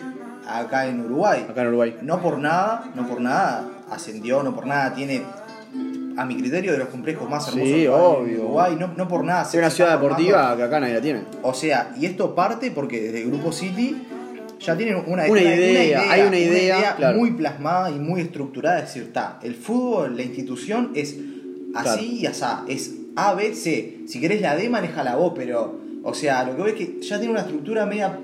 Speaker 2: acá en Uruguay
Speaker 3: acá en Uruguay.
Speaker 2: no por nada, no por nada ascendió, no por nada tiene a mi criterio de los complejos más hermosos
Speaker 3: Sí,
Speaker 2: que hay en
Speaker 3: obvio.
Speaker 2: Uruguay, no, no por nada.
Speaker 3: Es
Speaker 2: se-
Speaker 3: una
Speaker 2: se
Speaker 3: ciudad
Speaker 2: está formando.
Speaker 3: deportiva que acá nadie la tiene.
Speaker 2: O sea, y esto parte porque desde Grupo City ya tienen una,
Speaker 3: Una idea, hay una idea, claro.
Speaker 2: muy plasmada y muy estructurada de decir, está, el fútbol, la institución es así
Speaker 3: Claro.
Speaker 2: y asá, es A, B, C. Si querés la D, manejala vos, pero, o sea, lo que ves es que ya tiene una estructura media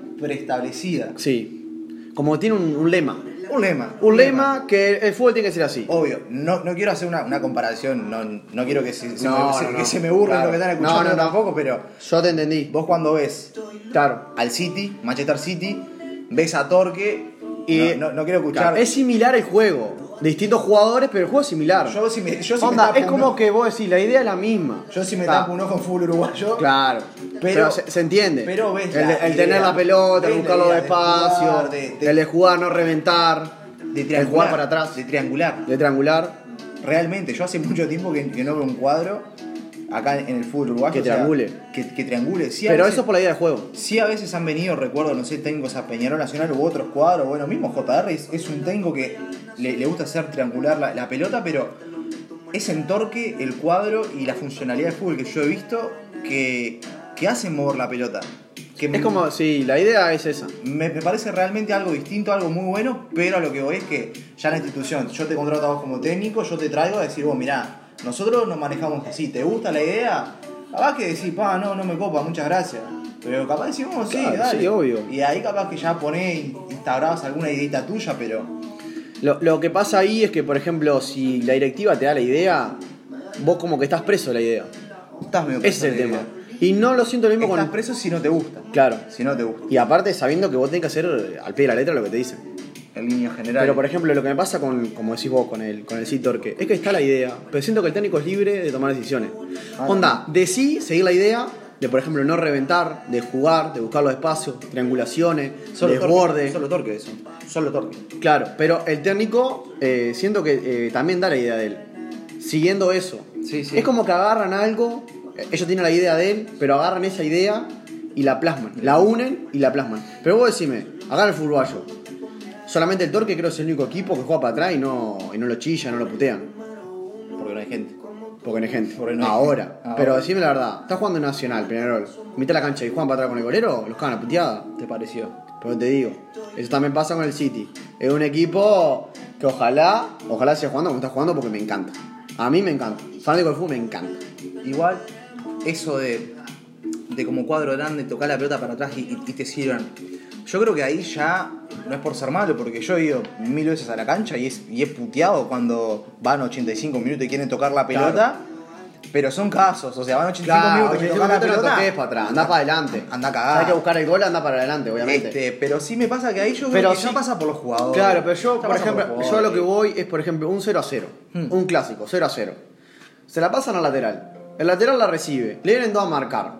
Speaker 2: preestablecida.
Speaker 3: Sí. Como tiene un, un lema.
Speaker 2: Un lema.
Speaker 3: Un lema que el fútbol tiene que ser así.
Speaker 2: Obvio, no, no quiero hacer una, una comparación, no, no quiero que se, se
Speaker 3: No,
Speaker 2: me,
Speaker 3: no,
Speaker 2: se-
Speaker 3: no.
Speaker 2: que se me burlen
Speaker 3: Claro.
Speaker 2: lo que están
Speaker 3: No,
Speaker 2: escuchando
Speaker 3: no, no.
Speaker 2: tampoco, pero
Speaker 3: Yo te entendí.
Speaker 2: vos cuando ves
Speaker 3: Claro.
Speaker 2: al City, Manchester City, ves a Torque y
Speaker 3: Y-
Speaker 2: no, no quiero escuchar.
Speaker 3: Es similar el juego. Distintos jugadores, pero el juego es similar.
Speaker 2: yo si me, yo si me
Speaker 3: Onda,
Speaker 2: tapo
Speaker 3: es como
Speaker 2: uno-
Speaker 3: que vos decís, la idea es la misma.
Speaker 2: yo si me
Speaker 3: Está.
Speaker 2: tapo un ojo en fútbol uruguayo,
Speaker 3: [laughs] Claro.
Speaker 2: Pero-
Speaker 3: Pero, se, se entiende.
Speaker 2: pero ves
Speaker 3: el,
Speaker 2: la
Speaker 3: el
Speaker 2: idea,
Speaker 3: tener la pelota, el
Speaker 2: ves la
Speaker 3: buscar los
Speaker 2: idea de
Speaker 3: espacios,
Speaker 2: jugar, de- de-
Speaker 3: el de jugar, no reventar,
Speaker 2: de
Speaker 3: el jugar
Speaker 2: triangular,
Speaker 3: para atrás,
Speaker 2: de triangular.
Speaker 3: de triangular,
Speaker 2: Realmente, yo hace mucho tiempo que, que no veo un cuadro acá en el fútbol uruguayo.
Speaker 3: Que
Speaker 2: o sea,
Speaker 3: triangule.
Speaker 2: que, que triangule. Sí, a
Speaker 3: pero
Speaker 2: veces-
Speaker 3: eso es por la idea del juego.
Speaker 2: Sí, a veces han venido, recuerdo, no sé, técnicos a Peñarol Nacional u otros cuadros. Bueno, mismo JR es, es un técnico que le, le gusta hacer triangular la, la pelota, pero es en torque el cuadro y la funcionalidad de fútbol que yo he visto que, que hacen mover la pelota. Que
Speaker 3: Es como, sí, la idea es esa.
Speaker 2: me, me parece realmente algo distinto, algo muy bueno, pero a lo que voy es que ya la institución, yo te contrato a vos como técnico, yo te traigo a decir, vos mirá, nosotros nos manejamos así, ¿te gusta la idea? Capaz que decís, pa, no, no me copa, muchas gracias. Pero capaz decís, vos sí,
Speaker 3: Claro,
Speaker 2: dale.
Speaker 3: sí, obvio.
Speaker 2: Y ahí capaz que ya ponés, instaurabas alguna ideita tuya, pero
Speaker 3: Lo, lo que pasa ahí es que, por ejemplo, si la directiva te da la idea, vos como que estás preso de la idea.
Speaker 2: estás medio
Speaker 3: Ese es
Speaker 2: preso
Speaker 3: el
Speaker 2: de
Speaker 3: tema.
Speaker 2: idea.
Speaker 3: Y no lo siento lo mismo
Speaker 2: Estás
Speaker 3: con.
Speaker 2: preso si no te gusta.
Speaker 3: Claro.
Speaker 2: Si no te gusta.
Speaker 3: Y aparte, sabiendo que vos tenés que hacer eh, al pie de la letra lo que te dicen.
Speaker 2: El niño general.
Speaker 3: Pero por ejemplo, lo que me pasa con, como decís vos, con el, con el Citor, que es que está la idea, pero siento que el técnico es libre de tomar decisiones.
Speaker 2: Ah,
Speaker 3: Onda, de sí seguir la idea, de por ejemplo no reventar, de jugar, de buscar los espacios, triangulaciones,
Speaker 2: torque,
Speaker 3: desborde.
Speaker 2: solo torque eso. Solo torque.
Speaker 3: Claro, pero el técnico eh, siento que eh, también da la idea de él. Siguiendo eso.
Speaker 2: Sí, sí.
Speaker 3: Es como que agarran algo, eh, ellos tienen la idea de él, pero agarran esa idea y la plasman. La unen y la plasman. Pero vos decime, agarra el uruguayo. Solamente el Torque creo que es el único equipo que juega para atrás y no, y no lo chilla, no lo putean.
Speaker 2: Porque no hay gente.
Speaker 3: Porque no hay gente.
Speaker 2: Porque no hay
Speaker 3: ahora.
Speaker 2: gente. Ah, Ahora.
Speaker 3: Pero decime la verdad, está jugando Nacional, Peñarol. Mitad de la cancha y juegan para atrás con el golero, los cagan a puteada.
Speaker 2: ¿Te pareció?
Speaker 3: Pero te digo, eso también pasa con el City. Es un equipo que ojalá, ojalá siga jugando como está jugando porque me encanta. A mí me encanta. Fanático del fútbol me encanta.
Speaker 2: Igual, eso de, de como cuadro grande, tocar la pelota para atrás y, y- y te sirvan. Yo creo que ahí ya no es por ser malo, porque yo he ido mil veces a la cancha y, es, y he puteado cuando van 85 minutos y quieren tocar la pelota. Pero son casos, o sea, van 85 minutos y quieren tocar la pelota.
Speaker 3: para atrás, anda para adelante.
Speaker 2: Anda a cagar.
Speaker 3: Hay que buscar el gol, anda para adelante, obviamente.
Speaker 2: Este, pero sí me pasa que ahí yo creo
Speaker 3: Pero
Speaker 2: que
Speaker 3: sí-
Speaker 2: ya pasa por los jugadores.
Speaker 3: Claro, pero
Speaker 2: Ya
Speaker 3: yo, por
Speaker 2: pasa
Speaker 3: ejemplo,
Speaker 2: los
Speaker 3: yo a lo que
Speaker 2: jugadores.
Speaker 3: voy es, por ejemplo, un 0 a 0.
Speaker 2: Hmm.
Speaker 3: Un clásico, 0 a 0. Se la pasan al lateral. El lateral la recibe. Le vienen dos a marcar.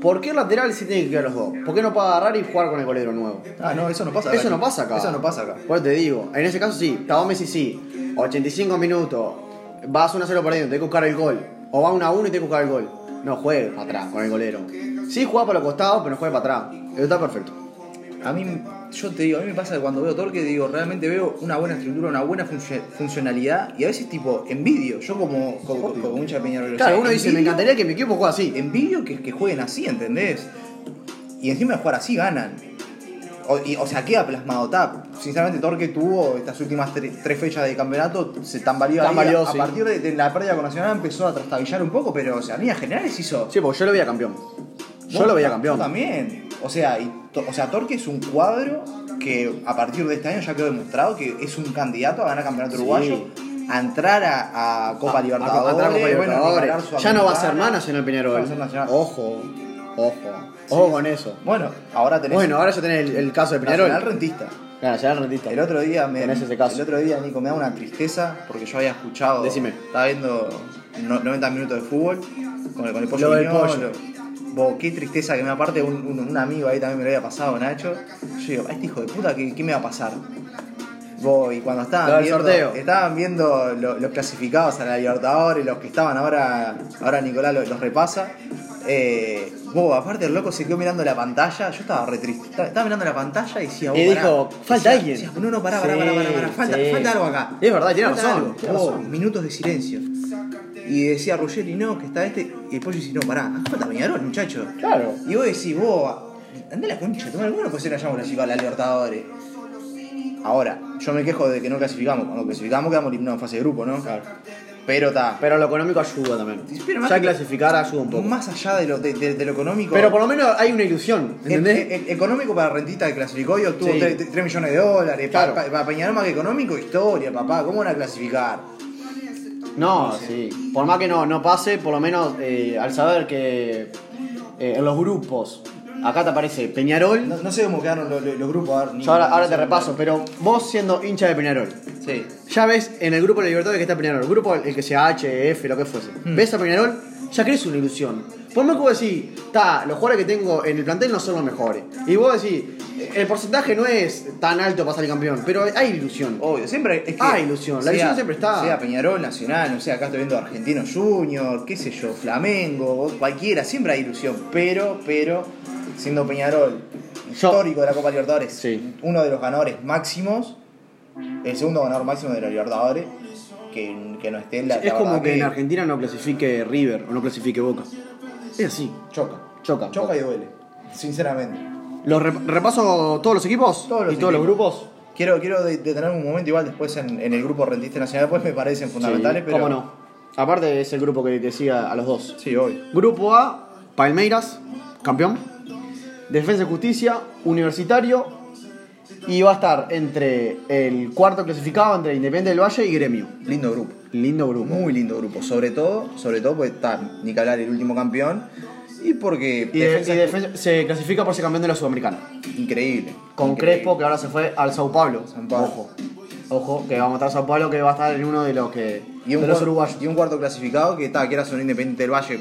Speaker 3: ¿Por qué el lateral sí tiene que quedar los dos? ¿Por qué no puede agarrar y jugar con el golero nuevo?
Speaker 2: Ah, no, eso no pasa
Speaker 3: Eso no pasa acá.
Speaker 2: Eso no pasa acá.
Speaker 3: Por eso te digo, en ese caso sí, Tabo Messi sí. 85 minutos, vas 1-0 perdiendo, tenés que buscar el gol. O vas 1-1 y tenés que buscar el gol. No juegues para atrás con el golero. Sí, juega para los costados, pero no juegues para atrás. Eso está perfecto.
Speaker 2: A mí, yo te digo, a mí me pasa que cuando veo Torque, digo, realmente veo una buena estructura, una buena funcio- funcionalidad y a veces, tipo, envidio. Yo, como, como, como, como hincha de Peñarol, o sea,
Speaker 3: Claro, uno dice, me
Speaker 2: envidio-
Speaker 3: encantaría que mi equipo juegue así.
Speaker 2: Envidio que, que jueguen así, ¿entendés? Y encima de jugar así ganan. O, y- o sea, queda plasmado. Ta, sinceramente, Torque tuvo estas últimas tre- tres fechas de campeonato, se tambaleó, ahí.
Speaker 3: Tambaleó,
Speaker 2: A
Speaker 3: sí.
Speaker 2: partir de, de la pérdida con Nacional empezó a trastabillar un poco, pero, o sea, a líneas generales hizo.
Speaker 3: Sí, porque yo lo veía campeón. Yo lo veía campeón.
Speaker 2: Yo también. O sea, y to- o sea, Torque es un cuadro que a partir de este año ya quedó demostrado que es un candidato a ganar campeonato
Speaker 3: Sí.
Speaker 2: uruguayo, a entrar a, a Copa
Speaker 3: A- a-
Speaker 2: Libertadores.
Speaker 3: a Copa
Speaker 2: bueno,
Speaker 3: Libertadores.
Speaker 2: ganar
Speaker 3: ya no va a ser
Speaker 2: Sudamericana.
Speaker 3: más Nacional
Speaker 2: Ya
Speaker 3: Peñarol. Oh.
Speaker 2: va a ser Nacional.
Speaker 3: Ojo, ojo. Ojo con eso.
Speaker 2: Bueno, ahora tenés
Speaker 3: Bueno, ahora ya tenés el, el caso de Peñarol.
Speaker 2: Nacional Rentista.
Speaker 3: Claro, Nacional rentista.
Speaker 2: El otro día me
Speaker 3: Tenés ese caso.
Speaker 2: el otro día Nico me da una tristeza porque yo había escuchado
Speaker 3: Decime.
Speaker 2: estaba viendo no- 90 minutos de fútbol con el, con el pollo,
Speaker 3: Lo del
Speaker 2: Viñolo.
Speaker 3: pollo.
Speaker 2: Vos, qué tristeza que me aparte un, un- un amigo ahí también me lo había pasado, Nacho. Yo digo, a este hijo de puta, ¿qué, qué me va a pasar? Vos, y cuando
Speaker 3: Lo
Speaker 2: estaban
Speaker 3: del
Speaker 2: viendo,
Speaker 3: sorteo.
Speaker 2: estaban viendo lo- los clasificados a la Libertadores, los que estaban ahora, ahora Nicolás lo- los, repasa. Eh, vos, aparte el loco se quedó mirando la pantalla, yo estaba re triste, estaba, estaba mirando la pantalla y decía,
Speaker 3: Y
Speaker 2: vos, pará.
Speaker 3: dijo, falta
Speaker 2: Decía-
Speaker 3: alguien.
Speaker 2: decía, no, no, pará, pará,
Speaker 3: Sí,
Speaker 2: pará, pará, pará, Falta,
Speaker 3: sí.
Speaker 2: falta algo acá.
Speaker 3: Es verdad, tiene
Speaker 2: Falta
Speaker 3: razón,
Speaker 2: algo.
Speaker 3: tiene
Speaker 2: Oh,
Speaker 3: razón.
Speaker 2: Minutos de silencio. Y decía Ruggeri, no, que está este. Y el pollo dice, no, pará, acá falta Peñarol, muchacho.
Speaker 3: Claro.
Speaker 2: Y vos decís, vos, andá a la concha, toma alguno pues se la llamo clasificada a la Libertadores. Ahora, yo me quejo de que no clasificamos. Cuando clasificamos quedamos eliminados en fase de grupo, ¿no?
Speaker 3: Claro.
Speaker 2: Pero está.
Speaker 3: Pero lo económico ayuda también.
Speaker 2: Pero más
Speaker 3: ya
Speaker 2: que-
Speaker 3: clasificar ayuda un poco.
Speaker 2: Más allá de lo, de, de- de lo económico.
Speaker 3: Pero por lo menos hay una ilusión,
Speaker 2: El,
Speaker 3: ¿entendés?
Speaker 2: el- el económico para Rentista que clasificó y obtuvo
Speaker 3: Sí.
Speaker 2: 3, millones de dólares.
Speaker 3: Claro.
Speaker 2: Para, Peñarol más que económico, historia, papá. ¿Cómo van a clasificar? eh,
Speaker 3: no, sí. Por más que no, no pase, por lo menos eh, al saber que eh, en los grupos, acá te aparece Peñarol.
Speaker 2: No, no sé cómo quedaron los, los- los grupos. a ver, ni-
Speaker 3: Yo ahora,
Speaker 2: ni
Speaker 3: ahora
Speaker 2: sé
Speaker 3: te
Speaker 2: cómo
Speaker 3: repaso, pero vos siendo hincha de Peñarol,
Speaker 2: quedaron. Sí.
Speaker 3: ya ves en el grupo de Libertadores que está Peñarol, grupo el que sea H, F, lo que fuese. Ves a Peñarol, ya crees una ilusión. Por más que vos decís, "Ta, los jugadores que tengo en el plantel no son los mejores. Y vos decís, el porcentaje no es tan alto para salir campeón, pero hay ilusión.
Speaker 2: Obvio, siempre es que.
Speaker 3: Ah, ilusión. La ilusión siempre está.
Speaker 2: Sea Peñarol, Nacional, o sea, acá estoy viendo Argentino Junior, qué sé yo, Flamengo, o cualquiera, siempre hay ilusión. Pero, pero, siendo Peñarol, histórico de la Copa Libertadores,
Speaker 3: Sí.
Speaker 2: uno de los ganadores máximos, el segundo ganador máximo de la Libertadores, que, que no esté en la.
Speaker 3: es
Speaker 2: la
Speaker 3: como
Speaker 2: verdad
Speaker 3: que en Argentina no clasifique River o no clasifique Boca. Es así.
Speaker 2: Choca.
Speaker 3: Choca.
Speaker 2: Choca y duele, sinceramente.
Speaker 3: ¿Los rep- repaso todos los equipos?
Speaker 2: Todos los
Speaker 3: ¿Y todos los
Speaker 2: equipos.
Speaker 3: grupos?
Speaker 2: Quiero, quiero de- detenerme un momento igual después en, en el grupo Rentista Nacional, pues me parecen fundamentales,
Speaker 3: Sí,
Speaker 2: pero...
Speaker 3: ¿Cómo no? Aparte es el grupo que decía a los dos.
Speaker 2: Sí, obvio.
Speaker 3: Grupo A, Palmeiras, campeón. Defensa y Justicia, Universitario. Y va a estar entre el cuarto clasificado, entre Independiente del Valle y Gremio.
Speaker 2: Lindo grupo.
Speaker 3: Lindo grupo.
Speaker 2: Muy lindo grupo, sobre todo, sobre todo porque está, ni que hablar, el último campeón. Y porque
Speaker 3: Y, de-
Speaker 2: defensa
Speaker 3: y defensa- se clasifica por ser campeón de la Sudamericana.
Speaker 2: increíble.
Speaker 3: Con
Speaker 2: increíble.
Speaker 3: Crespo, que ahora se fue al Sao Paulo.
Speaker 2: San Pablo.
Speaker 3: Ojo. Ojo, que va a matar a Sao Paulo, que va a estar en uno de los que.
Speaker 2: Y un,
Speaker 3: de los
Speaker 2: cuar-
Speaker 3: uruguayos.
Speaker 2: y un cuarto clasificado que está, que era un independiente del Valle.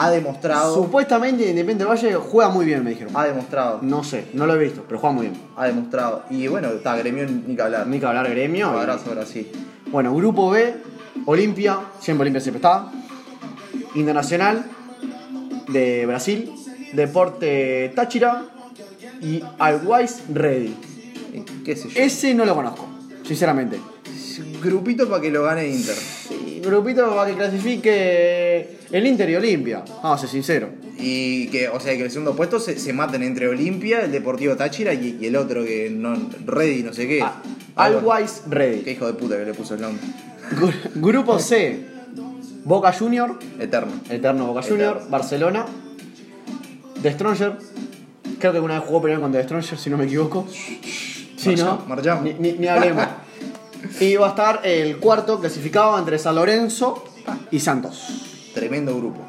Speaker 2: Ha demostrado.
Speaker 3: Supuestamente Independiente del Valle juega muy bien, me dijeron.
Speaker 2: Ha demostrado.
Speaker 3: No sé, no lo he visto, pero juega muy bien.
Speaker 2: Ha demostrado. Y bueno, está gremio ni que hablar.
Speaker 3: Ni que hablar gremio. y-
Speaker 2: Abrazo Brasil.
Speaker 3: Bueno, grupo B, Olimpia, siempre Olimpia siempre está. Internacional de Brasil, Deporte Táchira y Always Ready.
Speaker 2: Y ¿Qué sé yo?
Speaker 3: Ese no lo conozco, sinceramente.
Speaker 2: grupito para que lo gane Inter.
Speaker 3: Sí, grupito para que clasifique el Inter y Olimpia. Vamos a ser sinceros.
Speaker 2: Y que, o sea, que el segundo puesto se, se maten entre Olimpia, el Deportivo Táchira y, y el otro que no. Ready, no sé qué.
Speaker 3: Ah,
Speaker 2: Algo-
Speaker 3: Always
Speaker 2: Qué
Speaker 3: Ready.
Speaker 2: hijo de puta que le puso el nombre.
Speaker 3: Gru- Grupo C, Boca Junior,
Speaker 2: Eterno.
Speaker 3: Eterno Boca
Speaker 2: Eterno.
Speaker 3: Junior, Barcelona, The Stronger. Creo que alguna vez jugó primero con The Stronger, si no me equivoco. Si no,
Speaker 2: Marchamos, marchamos.
Speaker 3: Ni, ni- ni hablemos. y va a estar el cuarto clasificado entre San Lorenzo y Santos.
Speaker 2: Tremendo grupo.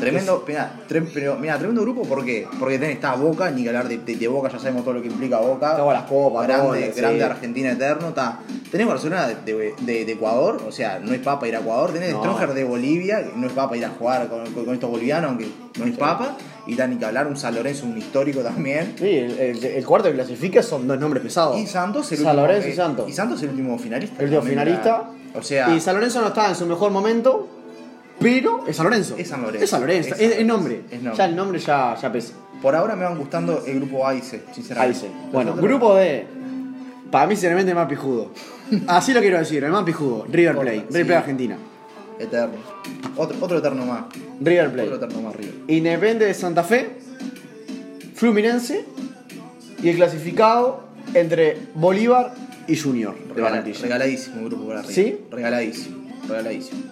Speaker 2: Tremendo, mirá, tre- pero, mirá, tremendo grupo porque porque tenés, está Boca, ni que hablar de, de- de Boca, ya sabemos todo lo que implica Boca.
Speaker 3: Todas las copas,
Speaker 2: grande,
Speaker 3: goles, sí.
Speaker 2: grande Argentina eterno, está. Tenés Barcelona de, de- de Ecuador, o sea, no es papa ir a Ecuador, tenés
Speaker 3: No.
Speaker 2: Stronger de Bolivia, que no es papa ir a jugar con, con- con estos bolivianos, aunque no es papa, y está ni que hablar un San Lorenzo, un histórico también.
Speaker 3: Sí, el, el- el cuarto que clasifica son dos nombres pesados.
Speaker 2: Y Santos el
Speaker 3: San
Speaker 2: último,
Speaker 3: Lorenzo y
Speaker 2: eh,
Speaker 3: Santos.
Speaker 2: Y Santos el último finalista.
Speaker 3: el último
Speaker 2: también,
Speaker 3: finalista.
Speaker 2: mirá. O sea,
Speaker 3: Y San Lorenzo no está en su mejor momento, pero es San Lorenzo.
Speaker 2: Es San Lorenzo.
Speaker 3: Es San
Speaker 2: Es
Speaker 3: Lorenzo. Es,
Speaker 2: San
Speaker 3: es
Speaker 2: Lorenzo.
Speaker 3: nombre.
Speaker 2: Es nombre.
Speaker 3: Ya el nombre ya, ya pesa.
Speaker 2: por ahora me van gustando el grupo AICE,
Speaker 3: Ahí
Speaker 2: sinceramente.
Speaker 3: sí. Bueno,
Speaker 2: Nosotros-
Speaker 3: grupo D. Para mí, sinceramente, el más
Speaker 2: [laughs]
Speaker 3: pijudo. Así lo quiero decir, el más pijudo. River Plate.
Speaker 2: Corta, sí.
Speaker 3: River Plate Argentina.
Speaker 2: Eterno. Otro, otro eterno más.
Speaker 3: River
Speaker 2: Otro
Speaker 3: Plate.
Speaker 2: eterno más River.
Speaker 3: Independiente de Santa Fe. Fluminense. Y el clasificado entre Bolívar y Junior de
Speaker 2: Regala-
Speaker 3: Barranquilla.
Speaker 2: regaladísimo grupo para River.
Speaker 3: ¿Sí?
Speaker 2: Regaladísimo. Regaladísimo.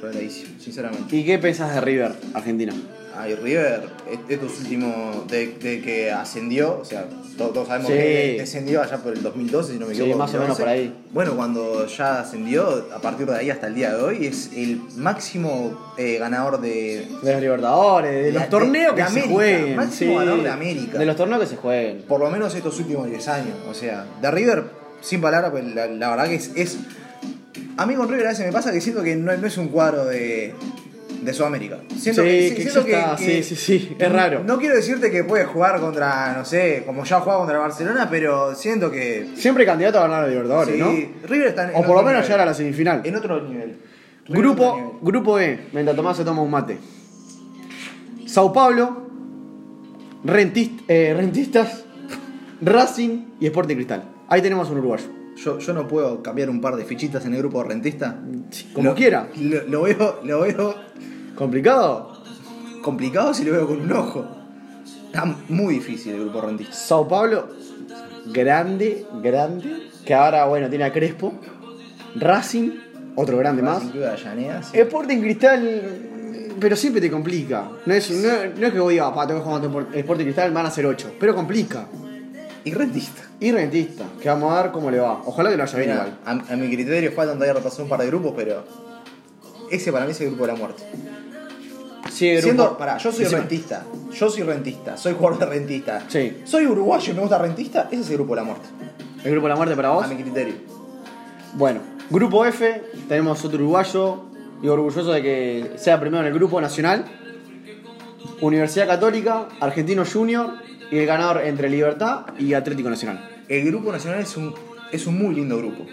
Speaker 2: Regaladísimo, sinceramente.
Speaker 3: ¿Y qué pensás de River Argentina?
Speaker 2: Ay, River, este es tu último. De, de que ascendió, o sea, todos, todos sabemos
Speaker 3: Sí.
Speaker 2: que descendió allá por el 2012, si no me
Speaker 3: Sí,
Speaker 2: equivoco.
Speaker 3: más o menos
Speaker 2: 2011.
Speaker 3: por ahí.
Speaker 2: Bueno, cuando ya ascendió, a partir de ahí hasta el día de hoy, es el máximo eh, ganador de.
Speaker 3: De los Libertadores, de,
Speaker 2: De-
Speaker 3: los
Speaker 2: de-
Speaker 3: torneos
Speaker 2: de
Speaker 3: que se
Speaker 2: América,
Speaker 3: jueguen.
Speaker 2: máximo ganador de América.
Speaker 3: De los torneos que se jueguen.
Speaker 2: por lo menos estos últimos 10 años. O sea, de River, sin palabras, pues la, la verdad que es, es- A mí con River a veces me pasa que siento que no, no es un cuadro de, de Sudamérica. Siento
Speaker 3: Sí,
Speaker 2: que,
Speaker 3: que
Speaker 2: siento
Speaker 3: exista, sí, sí, sí, es raro.
Speaker 2: No quiero decirte que puedes jugar contra, no sé, como ya juega contra Barcelona, pero siento que.
Speaker 3: Siempre candidato a ganar los Libertadores,
Speaker 2: sí,
Speaker 3: ¿no?
Speaker 2: River está en
Speaker 3: O por
Speaker 2: otro
Speaker 3: lo menos
Speaker 2: nivel.
Speaker 3: llegar a la semifinal.
Speaker 2: En otro nivel. River en otro
Speaker 3: Grupo,
Speaker 2: nivel.
Speaker 3: grupo E, mientras Tomás se toma un mate. Sao Paulo, Rentist- eh, Rentistas, [laughs] Racing y Sporting Cristal. Ahí tenemos un uruguayo.
Speaker 2: Yo, yo no puedo cambiar un par de fichitas en el grupo rentista.
Speaker 3: Como
Speaker 2: Lo-
Speaker 3: quiera.
Speaker 2: Lo, lo veo, lo veo
Speaker 3: ¿Complicado?
Speaker 2: complicado si lo veo con un ojo. Está muy difícil el grupo rentista.
Speaker 3: Sao Paulo, grande, grande. Que ahora, bueno, tiene a Crespo. Racing, otro grande más. Eh.
Speaker 2: Sin duda, Llanea, sí.
Speaker 3: Sporting Cristal, pero siempre te complica. No es, no, no es que vos digas, "Pa, tengo que jugar contra Sporting Cristal, van a ser 8. Pero complica.
Speaker 2: Y rentista.
Speaker 3: Y rentista, que vamos a ver cómo le va. Ojalá que lo haya bien
Speaker 2: Mirá,
Speaker 3: igual.
Speaker 2: a, a mi criterio faltan todavía repasar un par de grupos, pero ese para mí es el grupo de la muerte.
Speaker 3: Sí, grupo-
Speaker 2: Siendo, pará, yo soy
Speaker 3: Encima-
Speaker 2: rentista. Yo soy rentista, soy jugador de rentista.
Speaker 3: Sí.
Speaker 2: Soy uruguayo y me gusta rentista, ese es el grupo de la muerte.
Speaker 3: El grupo de la muerte para vos.
Speaker 2: A mi criterio.
Speaker 3: Bueno, grupo F, tenemos otro uruguayo. Y orgulloso de que sea primero en el grupo nacional. Universidad Católica, Argentino Junior. Y el ganador entre Libertad y Atlético Nacional.
Speaker 2: El grupo nacional es un, es un muy lindo grupo.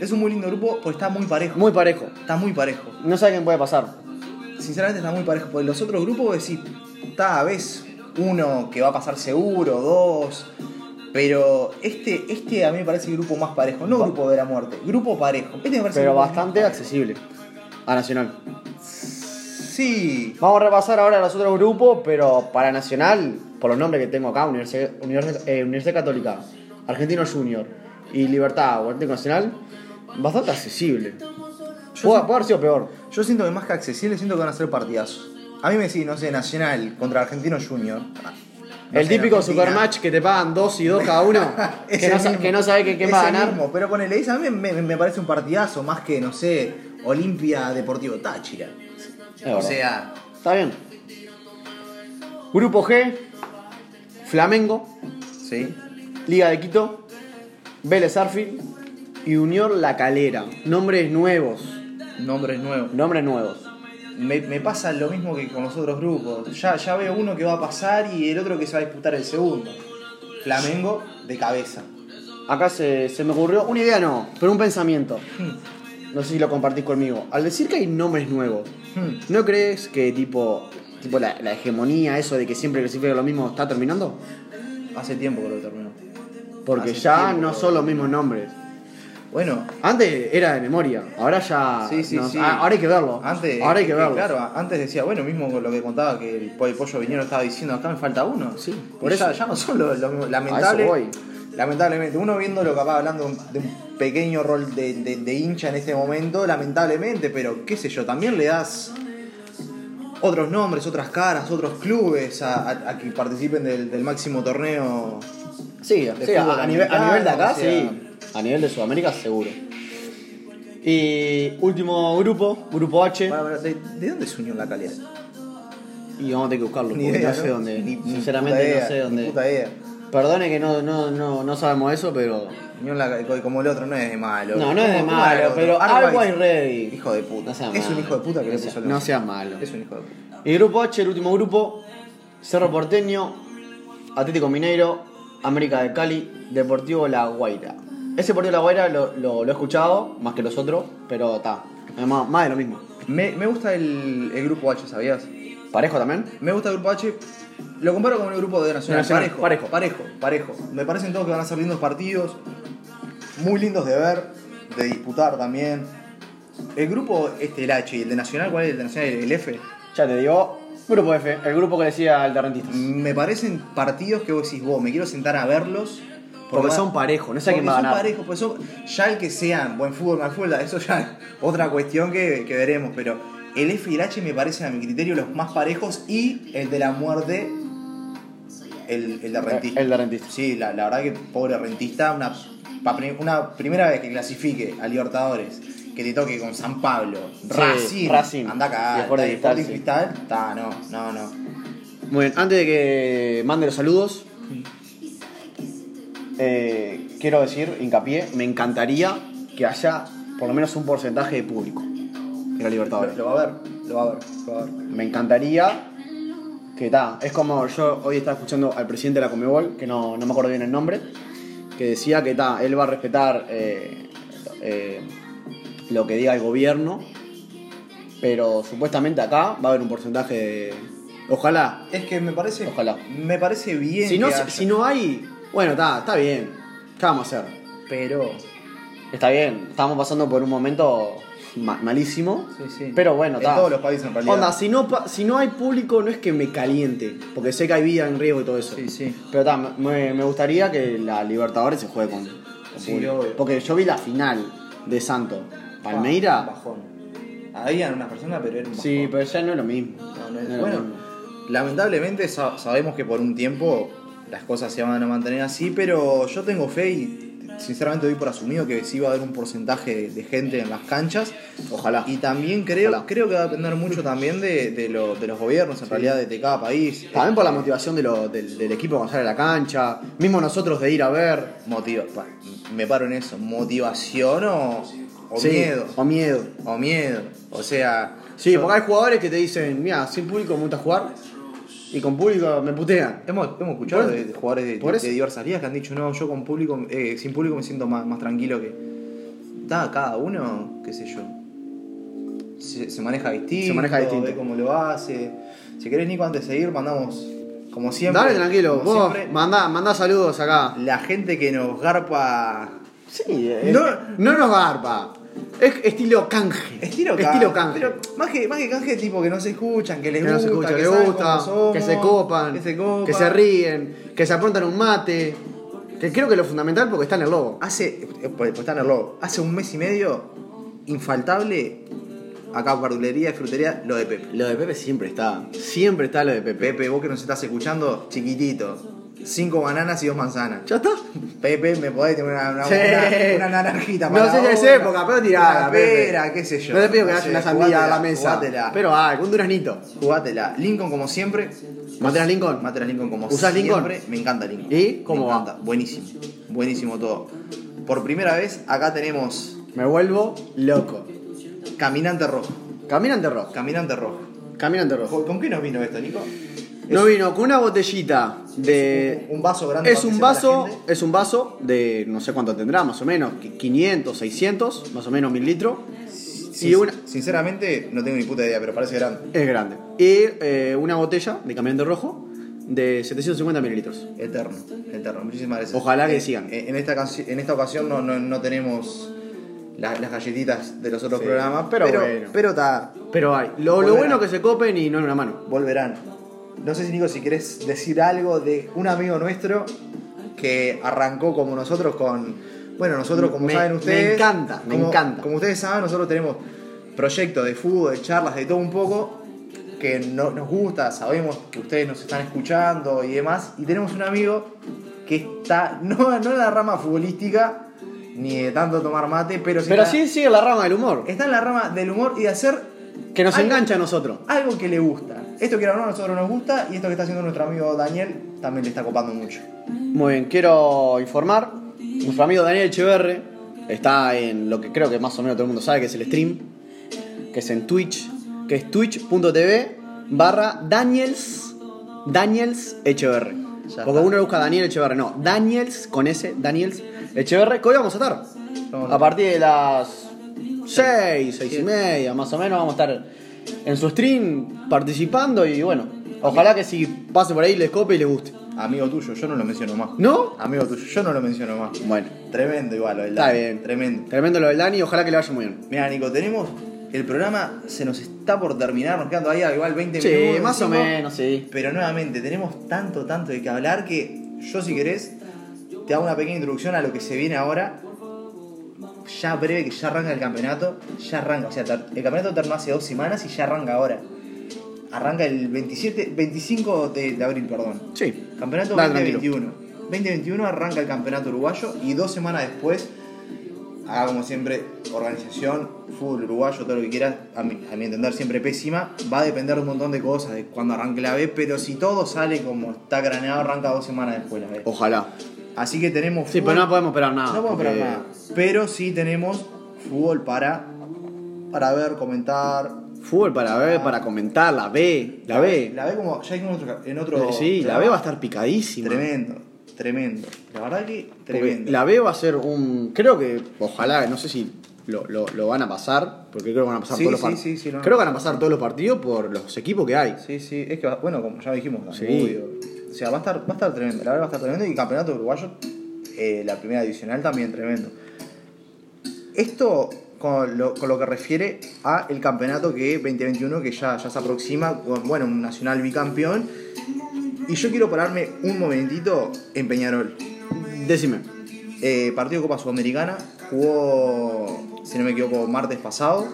Speaker 2: Es un muy lindo grupo porque está muy parejo.
Speaker 3: Muy parejo.
Speaker 2: Está muy parejo.
Speaker 3: No sabe quién puede pasar.
Speaker 2: sinceramente está muy parejo. Porque los otros grupos decís, está a veces uno que va a pasar seguro, dos. Pero este, este a mí me parece el grupo más parejo. No grupo de la muerte, grupo parejo. Este me parece el
Speaker 3: Pero
Speaker 2: grupo
Speaker 3: bastante
Speaker 2: más parejo.
Speaker 3: accesible a Nacional.
Speaker 2: Sí.
Speaker 3: Vamos a repasar ahora los otros grupos, pero para Nacional, por los nombres que tengo acá, Universidad, Universidad- eh, Universidad Católica, Argentino Junior y Libertad o Atlético Nacional, bastante accesible. Puede, puede haber sido peor.
Speaker 2: Yo siento que más que accesible, siento que van a ser partidazos. A mí me decís, no sé, Nacional contra Argentino Junior. No
Speaker 3: El
Speaker 2: sé,
Speaker 3: típico
Speaker 2: Argentina. [laughs]
Speaker 3: supermatch que te pagan dos y dos cada uno, que,
Speaker 2: Ese
Speaker 3: no, sa-
Speaker 2: mismo.
Speaker 3: que no sabe que quién va a
Speaker 2: Ese
Speaker 3: ganar.
Speaker 2: mismo, pero con el ese a mí me, me parece un partidazo más que, no sé, Olimpia Deportivo Táchira.
Speaker 4: Es
Speaker 2: O
Speaker 4: verdad.
Speaker 2: sea,
Speaker 4: Está bien.
Speaker 3: Grupo G, Flamengo,
Speaker 2: sí.
Speaker 3: Liga de Quito, Vélez Arfield y Unión La Calera. Nombres nuevos.
Speaker 2: Nombres nuevos.
Speaker 3: Nombres nuevos.
Speaker 2: Me, me pasa lo mismo que con los otros grupos. Ya, ya veo uno que va a pasar y el otro que se va a disputar el segundo. Flamengo de cabeza.
Speaker 3: Acá se, se me ocurrió una idea, no, pero un pensamiento. No sé si lo compartís conmigo. Al decir que hay nombres nuevos,
Speaker 2: Hmm.
Speaker 3: ¿no crees que tipo, tipo la, la hegemonía, eso de que siempre clasifica lo mismo, está terminando?
Speaker 2: Hace tiempo que lo terminó.
Speaker 3: Porque
Speaker 2: Hace
Speaker 3: ya
Speaker 2: tiempo.
Speaker 3: no son los mismos nombres.
Speaker 2: Bueno,
Speaker 3: Antes era de memoria, ahora ya.
Speaker 2: Sí, sí,
Speaker 3: no-
Speaker 2: sí.
Speaker 3: ah, Ahora hay que verlo.
Speaker 2: antes,
Speaker 3: ahora hay que
Speaker 2: eh,
Speaker 3: verlo.
Speaker 2: Claro, antes decía, bueno, mismo con lo que contaba que el po- el pollo viñero estaba diciendo, acá me falta uno.
Speaker 3: Sí,
Speaker 2: Y
Speaker 3: por
Speaker 2: ya,
Speaker 3: eso.
Speaker 2: ya no son los, los mismos. lamentable,
Speaker 3: eso voy.
Speaker 2: lamentablemente, uno viéndolo capaz hablando de un pequeño rol de, de- de hincha en este momento, lamentablemente, pero qué sé yo, también le das otros nombres, otras caras, otros clubes a, a- a que participen del, del máximo torneo.
Speaker 3: Sí,
Speaker 2: de
Speaker 3: sí, a,
Speaker 2: fútbol
Speaker 3: a nivel, a
Speaker 2: americano,
Speaker 3: nivel de acá,
Speaker 2: o sea.
Speaker 3: sí. A nivel de Sudamérica, seguro. Y último grupo, grupo H.
Speaker 2: Bueno, pero ¿de, de dónde se unió la calidad?
Speaker 3: Y vamos a tener que buscarlo, porque no sé dónde.
Speaker 2: puta
Speaker 3: sinceramente,
Speaker 2: idea,
Speaker 3: no sé
Speaker 2: ni puta
Speaker 3: dónde.
Speaker 2: idea.
Speaker 3: Perdone que no, no, no, no sabemos eso, pero.
Speaker 2: Unión La- co- como el otro no es de malo.
Speaker 3: No, no es de
Speaker 2: Como-
Speaker 3: malo,
Speaker 2: como el
Speaker 3: pero
Speaker 2: otro.
Speaker 3: algo hay
Speaker 2: Always-
Speaker 3: ready.
Speaker 2: Hijo de puta.
Speaker 3: No sea
Speaker 2: es un
Speaker 3: malo.
Speaker 2: hijo de puta que
Speaker 3: No
Speaker 2: le
Speaker 3: sea-
Speaker 2: puso el
Speaker 3: no
Speaker 2: nombre.
Speaker 3: sea malo.
Speaker 2: Es un hijo de puta.
Speaker 3: Y grupo H, el último grupo, Cerro Porteño, Atlético Mineiro, América de Cali, Deportivo La Guaira. Ese Deportivo La Guaira lo, lo- lo he escuchado, más que los otros, pero está, es más, más de lo mismo.
Speaker 2: Me, me gusta el, el grupo H, ¿sabías?
Speaker 3: ¿Parejo también?
Speaker 2: Me gusta el grupo H. Lo comparo con el grupo de Nacional.
Speaker 3: Nacional,
Speaker 2: parejo, parejo, parejo. Me parecen todos que van a ser lindos partidos. Muy lindos de ver, de disputar también. El grupo, este, el H y el de Nacional, ¿cuál es el de Nacional? El F.
Speaker 3: Ya te digo, Grupo F, el grupo que decía al de rentistas.
Speaker 2: Me parecen partidos que vos decís, vos, me quiero sentar a verlos.
Speaker 3: Porque
Speaker 2: va-
Speaker 3: son parejos, no sé
Speaker 2: Porque
Speaker 3: quién va a
Speaker 2: son
Speaker 3: ganar.
Speaker 2: parejos, porque son- ya el que sean buen fútbol, mal fútbol, eso ya es otra cuestión que, que veremos, pero el F y el H me parecen a mi criterio los más parejos y el de la muerte, el, el de rentista.
Speaker 3: El de rentistas.
Speaker 2: Sí, la, la verdad que pobre rentista, una, pa- pri- una primera vez que clasifique a Libertadores, que te toque con San Pablo, Racing,
Speaker 3: Racing.
Speaker 2: anda a cagar,
Speaker 3: Y Sporting
Speaker 2: está ahí, Sporting
Speaker 3: Cristal,
Speaker 2: Cristal, está, no, no, no.
Speaker 3: Muy bien, antes de que mande los saludos,
Speaker 4: Eh, quiero decir, hincapié,
Speaker 3: me encantaría que haya por lo menos un porcentaje de público en la Libertadores.
Speaker 2: Lo va a ver, lo va a ver, lo va a ver.
Speaker 3: me encantaría que ta, es como yo hoy estaba escuchando al presidente de la Comebol, que no, no me acuerdo bien el nombre, que decía que ta, él va a respetar eh, eh, lo que diga el gobierno, pero supuestamente acá va a haber un porcentaje de... Ojalá.
Speaker 2: Es que me parece.
Speaker 3: Ojalá.
Speaker 2: Me parece bien.
Speaker 3: Si no,
Speaker 2: que haya,
Speaker 3: si no hay, bueno, está, está bien. ¿Qué vamos a hacer?
Speaker 2: Pero.
Speaker 3: Está bien, estamos pasando por un momento ma- malísimo.
Speaker 2: Sí, sí.
Speaker 3: Pero bueno,
Speaker 2: En
Speaker 3: ta.
Speaker 2: todos los países, en realidad.
Speaker 3: Onda, si no, pa- si no hay público, no es que me caliente, porque sé que hay vida en riesgo y todo eso.
Speaker 2: Sí, sí.
Speaker 3: Pero ta, me, me gustaría que la Libertadores se juegue con, con
Speaker 2: Sí,
Speaker 3: público.
Speaker 2: obvio.
Speaker 3: Porque yo vi la final de Santo.
Speaker 2: Ah,
Speaker 3: Palmeira.
Speaker 2: Bajón. Habían unas personas, pero era un bajón.
Speaker 3: Sí, pero ya no es lo mismo.
Speaker 2: No, no es-
Speaker 3: No es lo
Speaker 2: bueno,
Speaker 3: mismo.
Speaker 2: lamentablemente sa- sabemos que por un tiempo las cosas se van a mantener así, pero yo tengo fe y sinceramente doy por asumido que sí va a haber un porcentaje de- de gente en las canchas.
Speaker 3: Ojalá.
Speaker 2: Y también creo,
Speaker 3: Ojalá.
Speaker 2: creo que va a depender mucho también de, de lo- de los gobiernos, en realidad, de, de cada país.
Speaker 3: También por la motivación de lo- del, del equipo cuando sale a la cancha. Mismo nosotros de ir a ver.
Speaker 2: Motiva, pa- me paro en eso. ¿Motivación o, o
Speaker 3: Sí,
Speaker 2: miedo?
Speaker 3: O miedo.
Speaker 2: O miedo. O sea.
Speaker 3: Sí,
Speaker 2: yo-
Speaker 3: porque hay jugadores que te dicen, mira, sin público me gusta jugar y con público me putean.
Speaker 2: Hemos, hemos escuchado
Speaker 3: Bueno,
Speaker 2: de, de jugadores de,
Speaker 3: por
Speaker 2: de
Speaker 3: eso.
Speaker 2: diversas ligas que han dicho, no, yo con público, eh, sin público me siento más, más tranquilo que. Está, cada uno, qué sé yo. Se, se maneja distinto.
Speaker 3: Se maneja distinto.
Speaker 2: Ve cómo lo hace. Si querés, Nico, antes de seguir, mandamos. Como siempre.
Speaker 3: Dale tranquilo,
Speaker 2: como
Speaker 3: vos
Speaker 2: siempre,
Speaker 3: mandá, mandá saludos acá.
Speaker 2: la gente que nos garpa.
Speaker 3: Sí,
Speaker 2: No-
Speaker 3: no, no nos garpa. Es estilo canje.
Speaker 2: Estilo canje.
Speaker 3: Estilo canje.
Speaker 2: Pero más que, más que canje, tipo que no se escuchan, que les
Speaker 3: que no
Speaker 2: gusta,
Speaker 3: se escucha,
Speaker 2: que
Speaker 3: que
Speaker 2: saben
Speaker 3: gusta,
Speaker 2: cómo somos,
Speaker 3: que se copan,
Speaker 2: que se copan.
Speaker 3: que se ríen, que se aprontan un mate. Que creo que es lo fundamental porque está en el logo.
Speaker 2: Hace, eh, pues, pues está en el logo, hace un mes y medio, infaltable, acá verdulería y frutería, lo de Pepe.
Speaker 3: Lo de Pepe siempre está. Siempre está lo de Pepe.
Speaker 2: Pepe, vos que nos estás escuchando, chiquitito. Cinco bananas y dos manzanas.
Speaker 3: ¿Ya está?
Speaker 2: Pepe, me podés tener una, una,
Speaker 3: Sí.
Speaker 2: una- una naranjita
Speaker 3: No sé si es
Speaker 2: vos, una-
Speaker 3: época, pero tirala,
Speaker 2: Una
Speaker 3: Pepe.
Speaker 2: pera, qué sé yo.
Speaker 3: No te pido que hagas
Speaker 2: sé,
Speaker 3: una sandía a la
Speaker 2: jugátela,
Speaker 3: mesa.
Speaker 2: Jugátela,
Speaker 3: Pero ah, un duraznito.
Speaker 2: jugátela. Lincoln, como siempre.
Speaker 3: ¿Materia Lincoln?
Speaker 2: Matera Lincoln, como
Speaker 3: ¿Usás
Speaker 2: siempre.
Speaker 3: Lincoln?
Speaker 2: Me encanta Lincoln.
Speaker 3: ¿Y? ¿Cómo
Speaker 2: me
Speaker 3: va?
Speaker 2: encanta. Buenísimo. Buenísimo todo. Por primera vez, acá tenemos
Speaker 3: Me vuelvo loco.
Speaker 2: Caminante Rojo.
Speaker 3: Caminante rojo.
Speaker 2: Caminante Rojo.
Speaker 3: Caminante rojo.
Speaker 2: ¿Con qué nos vino esto, Nico?
Speaker 3: No vino con una botellita de.
Speaker 2: Un vaso grande.
Speaker 3: Es
Speaker 2: para
Speaker 3: un
Speaker 2: que sepa la
Speaker 3: vaso,
Speaker 2: gente.
Speaker 3: es un vaso de no sé cuánto tendrá, más o menos, qui- 500, 600, más o menos mil litros.
Speaker 2: Sin-
Speaker 3: y una-
Speaker 2: Sinceramente, no tengo ni puta idea, pero parece grande.
Speaker 3: Es grande. Y eh, una botella de caminante rojo de 750 mililitros.
Speaker 2: Eterno, eterno. Muchísimas gracias.
Speaker 3: Ojalá que
Speaker 2: Eh,
Speaker 3: sigan.
Speaker 2: eh, En esta, canci- en esta ocasión no, no, no tenemos la- las galletitas de los otros
Speaker 3: Sí,
Speaker 2: programas,
Speaker 3: pero
Speaker 2: pero,
Speaker 3: bueno.
Speaker 2: pero está,
Speaker 3: Pero hay. Lo, lo
Speaker 2: Volverá.
Speaker 3: bueno que se copen y no en una mano.
Speaker 2: volverán. No sé si Nico, si querés decir algo de un amigo nuestro que arrancó como nosotros con... Bueno, nosotros, como
Speaker 3: Me-
Speaker 2: saben
Speaker 3: me
Speaker 2: ustedes...
Speaker 3: encanta, me
Speaker 2: como-
Speaker 3: encanta.
Speaker 2: Como ustedes saben, nosotros tenemos proyectos de fútbol, de charlas, de todo un poco, que no- nos gusta, sabemos que ustedes nos están escuchando y demás. Y tenemos un amigo que está, [laughs] no, no en la rama futbolística, ni de tanto tomar mate, pero, sí
Speaker 3: Pero
Speaker 2: está,
Speaker 3: sí sigue la rama del humor.
Speaker 2: está en la rama del humor y de hacer
Speaker 3: Que nos
Speaker 2: Algo-
Speaker 3: engancha a nosotros.
Speaker 2: algo que le gusta. Esto que era a nosotros nos gusta y esto que está haciendo nuestro amigo Daniel también le está copando mucho.
Speaker 3: Muy bien, quiero informar. Nuestro amigo Daniel Echeverre está en lo que creo que más o menos todo el mundo sabe, que es el stream, que es en Twitch, que es twitch.tv barra Daniels, Daniels Echeverre.
Speaker 2: está.
Speaker 3: Porque uno le busca Daniel Echeverre, no, Daniels con S, Daniels Echeverre, que hoy vamos a estar.
Speaker 2: Vamos a-
Speaker 3: A partir de las 6, 6 y media más o menos, vamos a estar en su stream participando y bueno, ojalá que si pase por ahí les cope y les guste.
Speaker 2: Amigo tuyo, yo no lo menciono más.
Speaker 3: ¿No?
Speaker 2: Amigo tuyo, yo no lo menciono más.
Speaker 3: Bueno.
Speaker 2: Tremendo igual, ¿verdad?
Speaker 3: Está bien.
Speaker 2: Tremendo.
Speaker 3: Tremendo lo del Dani, ojalá que le vaya muy bien.
Speaker 2: Mira, Nico, tenemos el programa, se nos está por terminar, nos quedan todavía igual 20
Speaker 3: Sí,
Speaker 2: minutos.
Speaker 3: más o
Speaker 2: cinco.
Speaker 3: menos, sí.
Speaker 2: Pero nuevamente, tenemos tanto, tanto de que hablar que yo, si querés, te hago una pequeña introducción a lo que se viene ahora. Ya breve, que ya arranca el campeonato. Ya arranca, o sea, ter- el campeonato terminó hace dos semanas y ya arranca ahora. Arranca el 27, 25 de, de abril, perdón.
Speaker 3: Sí.
Speaker 2: Campeonato
Speaker 3: Dale,
Speaker 2: 2021. 2021 arranca el campeonato uruguayo y dos semanas después, haga como siempre, organización, fútbol uruguayo, todo lo que quieras, a mi, a mi entender siempre pésima. Va a depender de un montón de cosas, de cuando arranque la B, pero si todo sale como está craneado, arranca dos semanas después la B.
Speaker 3: Ojalá.
Speaker 2: Así que tenemos
Speaker 3: Sí, pero no podemos esperar nada.
Speaker 2: no podemos
Speaker 3: porque-
Speaker 2: esperar nada. Pero sí tenemos fútbol para, para ver, comentar.
Speaker 3: Fútbol para ver, para comentar, la B, la B.
Speaker 2: La B como ya hicimos en otro- en otro.
Speaker 3: Sí, la B va a estar picadísima.
Speaker 2: Tremendo, tremendo. La verdad que
Speaker 3: Porque
Speaker 2: tremendo.
Speaker 3: La B va a ser un. Creo que, ojalá, no sé si lo, lo- lo van a pasar, porque creo que van a pasar
Speaker 2: Sí,
Speaker 3: todos los
Speaker 2: sí,
Speaker 3: partidos.
Speaker 2: sí, sí, lo van a
Speaker 3: creo que van a pasar todos los partidos por los equipos que hay.
Speaker 2: Sí, sí, es que, va- bueno, como ya dijimos,
Speaker 3: Sí.
Speaker 2: Danubio. O sea, va a, estar, va a estar tremendo, la verdad va a estar tremendo. Y campeonato uruguayo, eh, la primera divisional también tremendo. Esto con lo, con lo que refiere a el campeonato que 2021 que ya, ya se aproxima con, bueno, un nacional bicampeón. Y yo quiero pararme un momentito en Peñarol.
Speaker 3: Decime.
Speaker 2: Eh, partido de Copa Sudamericana. Jugó, si no me equivoco, martes pasado.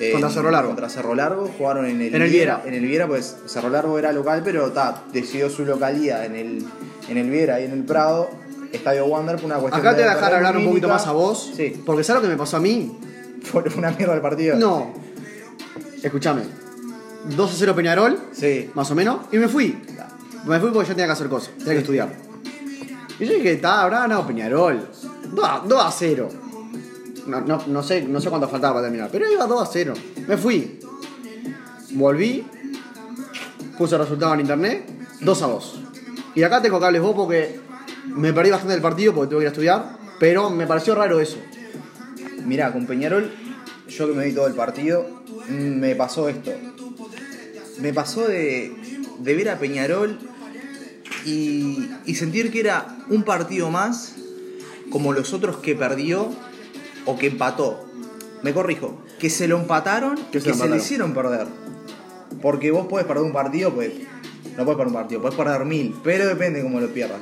Speaker 2: eh,
Speaker 3: Contra Cerro Largo.
Speaker 2: Contra Cerro Largo. Jugaron en el,
Speaker 3: En el Viera.
Speaker 2: En el Viera, pues Cerro Largo era local, pero ta, decidió su localía en el, en el Viera y en el Prado. Estadio Wander fue una cuestión
Speaker 3: Acá
Speaker 2: de-
Speaker 3: te voy a
Speaker 2: de
Speaker 3: dejar hablar un poquito
Speaker 2: política.
Speaker 3: más a vos.
Speaker 2: Sí. [laughs]
Speaker 3: Porque ¿sabes lo que me pasó a mí?
Speaker 2: Fue una mierda el partido.
Speaker 3: No. Escúchame. 2 a 0 Peñarol.
Speaker 2: Sí.
Speaker 3: más o menos, y me fui. Me fui porque yo tenía que hacer cosas, tenía que estudiar. Y yo dije, está, habrá ganado Peñarol. 2 a, 2 a 0. No, no, no sé, no sé cuánto faltaba para terminar, pero iba 2 a 0. Me fui. Volví. Puse el resultado en internet. 2 a 2. Y acá tengo cables vos porque me perdí bastante del partido porque tuve que ir a estudiar. Pero me pareció raro eso.
Speaker 2: Mirá, con Peñarol, yo que me vi todo el partido, mm, me pasó esto. Me pasó de, de ver a Peñarol y, y sentir que era un partido más como los otros que perdió o que empató. Me corrijo, que se lo empataron
Speaker 3: Que
Speaker 2: que
Speaker 3: se
Speaker 2: se,
Speaker 3: lo empataron.
Speaker 2: le hicieron perder. Porque vos podés perder un partido, pues no podés perder un partido, podés perder mil, pero depende cómo lo pierdas.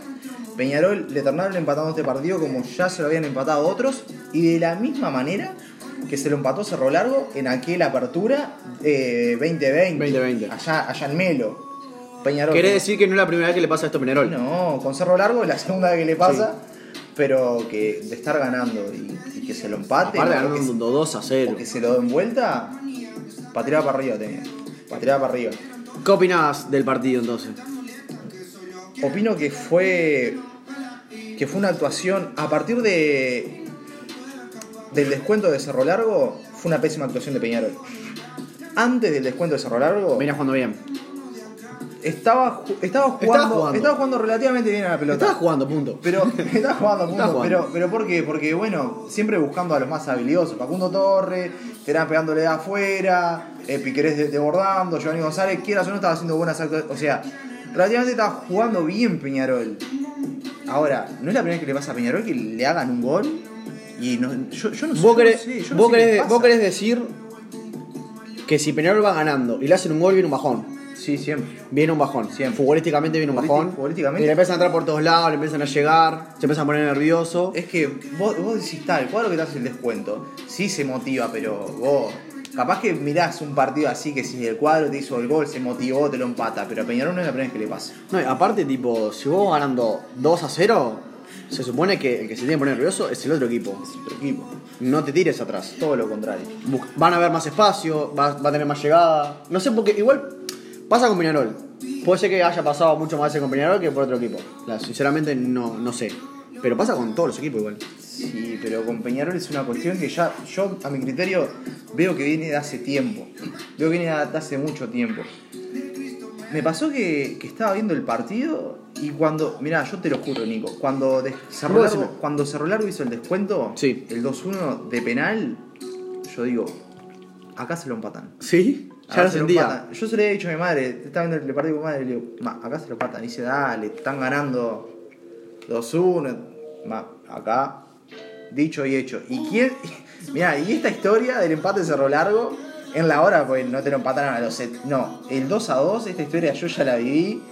Speaker 2: Peñarol le terminaron empatando este partido como ya se lo habían empatado otros y de la misma manera que se lo empató Cerro Largo en aquel apertura eh, 2020.
Speaker 3: 2020.
Speaker 2: Allá, allá en Melo. Peñarol.
Speaker 3: Quiere decir que no es la primera vez que le pasa esto a Peñarol.
Speaker 2: No, con Cerro Largo es la segunda vez que le pasa. Pero que de estar ganando y, y que se lo empate.
Speaker 3: Aparte
Speaker 2: o que se-
Speaker 3: ganaron 2 a
Speaker 2: o
Speaker 3: 0.
Speaker 2: que se lo den vuelta, para tirar para arriba tenía. Para tirar para arriba.
Speaker 3: ¿Qué opinas del partido entonces?
Speaker 2: Opino que fue. que fue una actuación. A partir de. del descuento de Cerro Largo, fue una pésima actuación de Peñarol. Antes del descuento de Cerro Largo,
Speaker 3: Venía jugando bien.
Speaker 2: estaba, ju- estaba, jugando,
Speaker 3: Estaba jugando.
Speaker 2: estaba jugando relativamente bien a la pelota.
Speaker 3: Estaba jugando, punto.
Speaker 2: Pero
Speaker 3: [laughs]
Speaker 2: está jugando, punto.
Speaker 3: Está jugando.
Speaker 2: Pero, pero ¿por qué? Porque, bueno, siempre buscando a los más habilidosos. Facundo Torres, Terán pegándole de afuera, eh, Piquerés de- desbordando, Giovanni González, quieras o no, estaba haciendo buenas actas. O sea, relativamente estaba jugando bien Peñarol. Ahora, ¿no es la primera vez que le pasa a Peñarol que le hagan un gol? Y no, yo, yo no sé. yo no
Speaker 3: ¿Vos querés,
Speaker 2: sé, yo no
Speaker 3: vos,
Speaker 2: sé qué
Speaker 3: querés,
Speaker 2: pasa.
Speaker 3: vos querés decir que si Peñarol va ganando y le hacen un gol, viene un bajón.
Speaker 2: Sí, siempre.
Speaker 3: Viene un bajón.
Speaker 2: Siempre.
Speaker 3: Futbolísticamente viene un
Speaker 2: Futbolísti-
Speaker 3: bajón.
Speaker 2: futbolísticamente.
Speaker 3: Y le empiezan a entrar por todos lados, le empiezan a llegar, se empiezan a poner nervioso.
Speaker 2: Es que vos, vos decís, está, el cuadro que te hace el descuento. Sí se motiva, pero vos. Capaz que mirás un partido así que si el cuadro te hizo el gol, se motivó, te lo empata. Pero a Peñarol no es la primera vez que le pasa.
Speaker 3: No, y aparte, tipo, si vos vas ganando 2 a 0, se supone que el que se tiene que poner nervioso es el otro equipo.
Speaker 2: Otro equipo.
Speaker 3: No te tires atrás.
Speaker 2: Todo lo contrario.
Speaker 3: Bus- Van a haber más espacio, va, va a tener más llegada. No sé, porque igual pasa con Peñarol. Puede ser que haya pasado mucho más veces con Peñarol que por otro equipo. La- sinceramente, no, no sé. Pero pasa con todos los equipos igual.
Speaker 2: Sí, pero con Peñarol es una cuestión que ya, yo a mi criterio, veo que viene de hace tiempo. Veo que viene de hace mucho tiempo. Me pasó que, que estaba viendo el partido y cuando. Mirá, yo te lo juro, Nico. Cuando des- Cerro,
Speaker 3: Vos
Speaker 2: Largo,
Speaker 3: decime.
Speaker 2: cuando Cerro Largo hizo el descuento,
Speaker 3: Sí.
Speaker 2: el 2-1 de penal, yo digo, acá se lo empatan.
Speaker 3: ¿Sí? Ya
Speaker 2: Acá
Speaker 3: lo
Speaker 2: se lo
Speaker 3: sentía.
Speaker 2: empatan. Yo se lo he dicho a mi madre, estaba viendo el partido con mi madre y le digo, ma, acá se lo empatan. Y dice, dale, están ganando 2-1. Ma, acá, dicho y hecho. ¿Y quién? [laughs] Mirá, y esta historia del empate de Cerro Largo, en la hora, pues no te lo empataron a los set. No, el 2 a 2, esta historia yo ya la viví.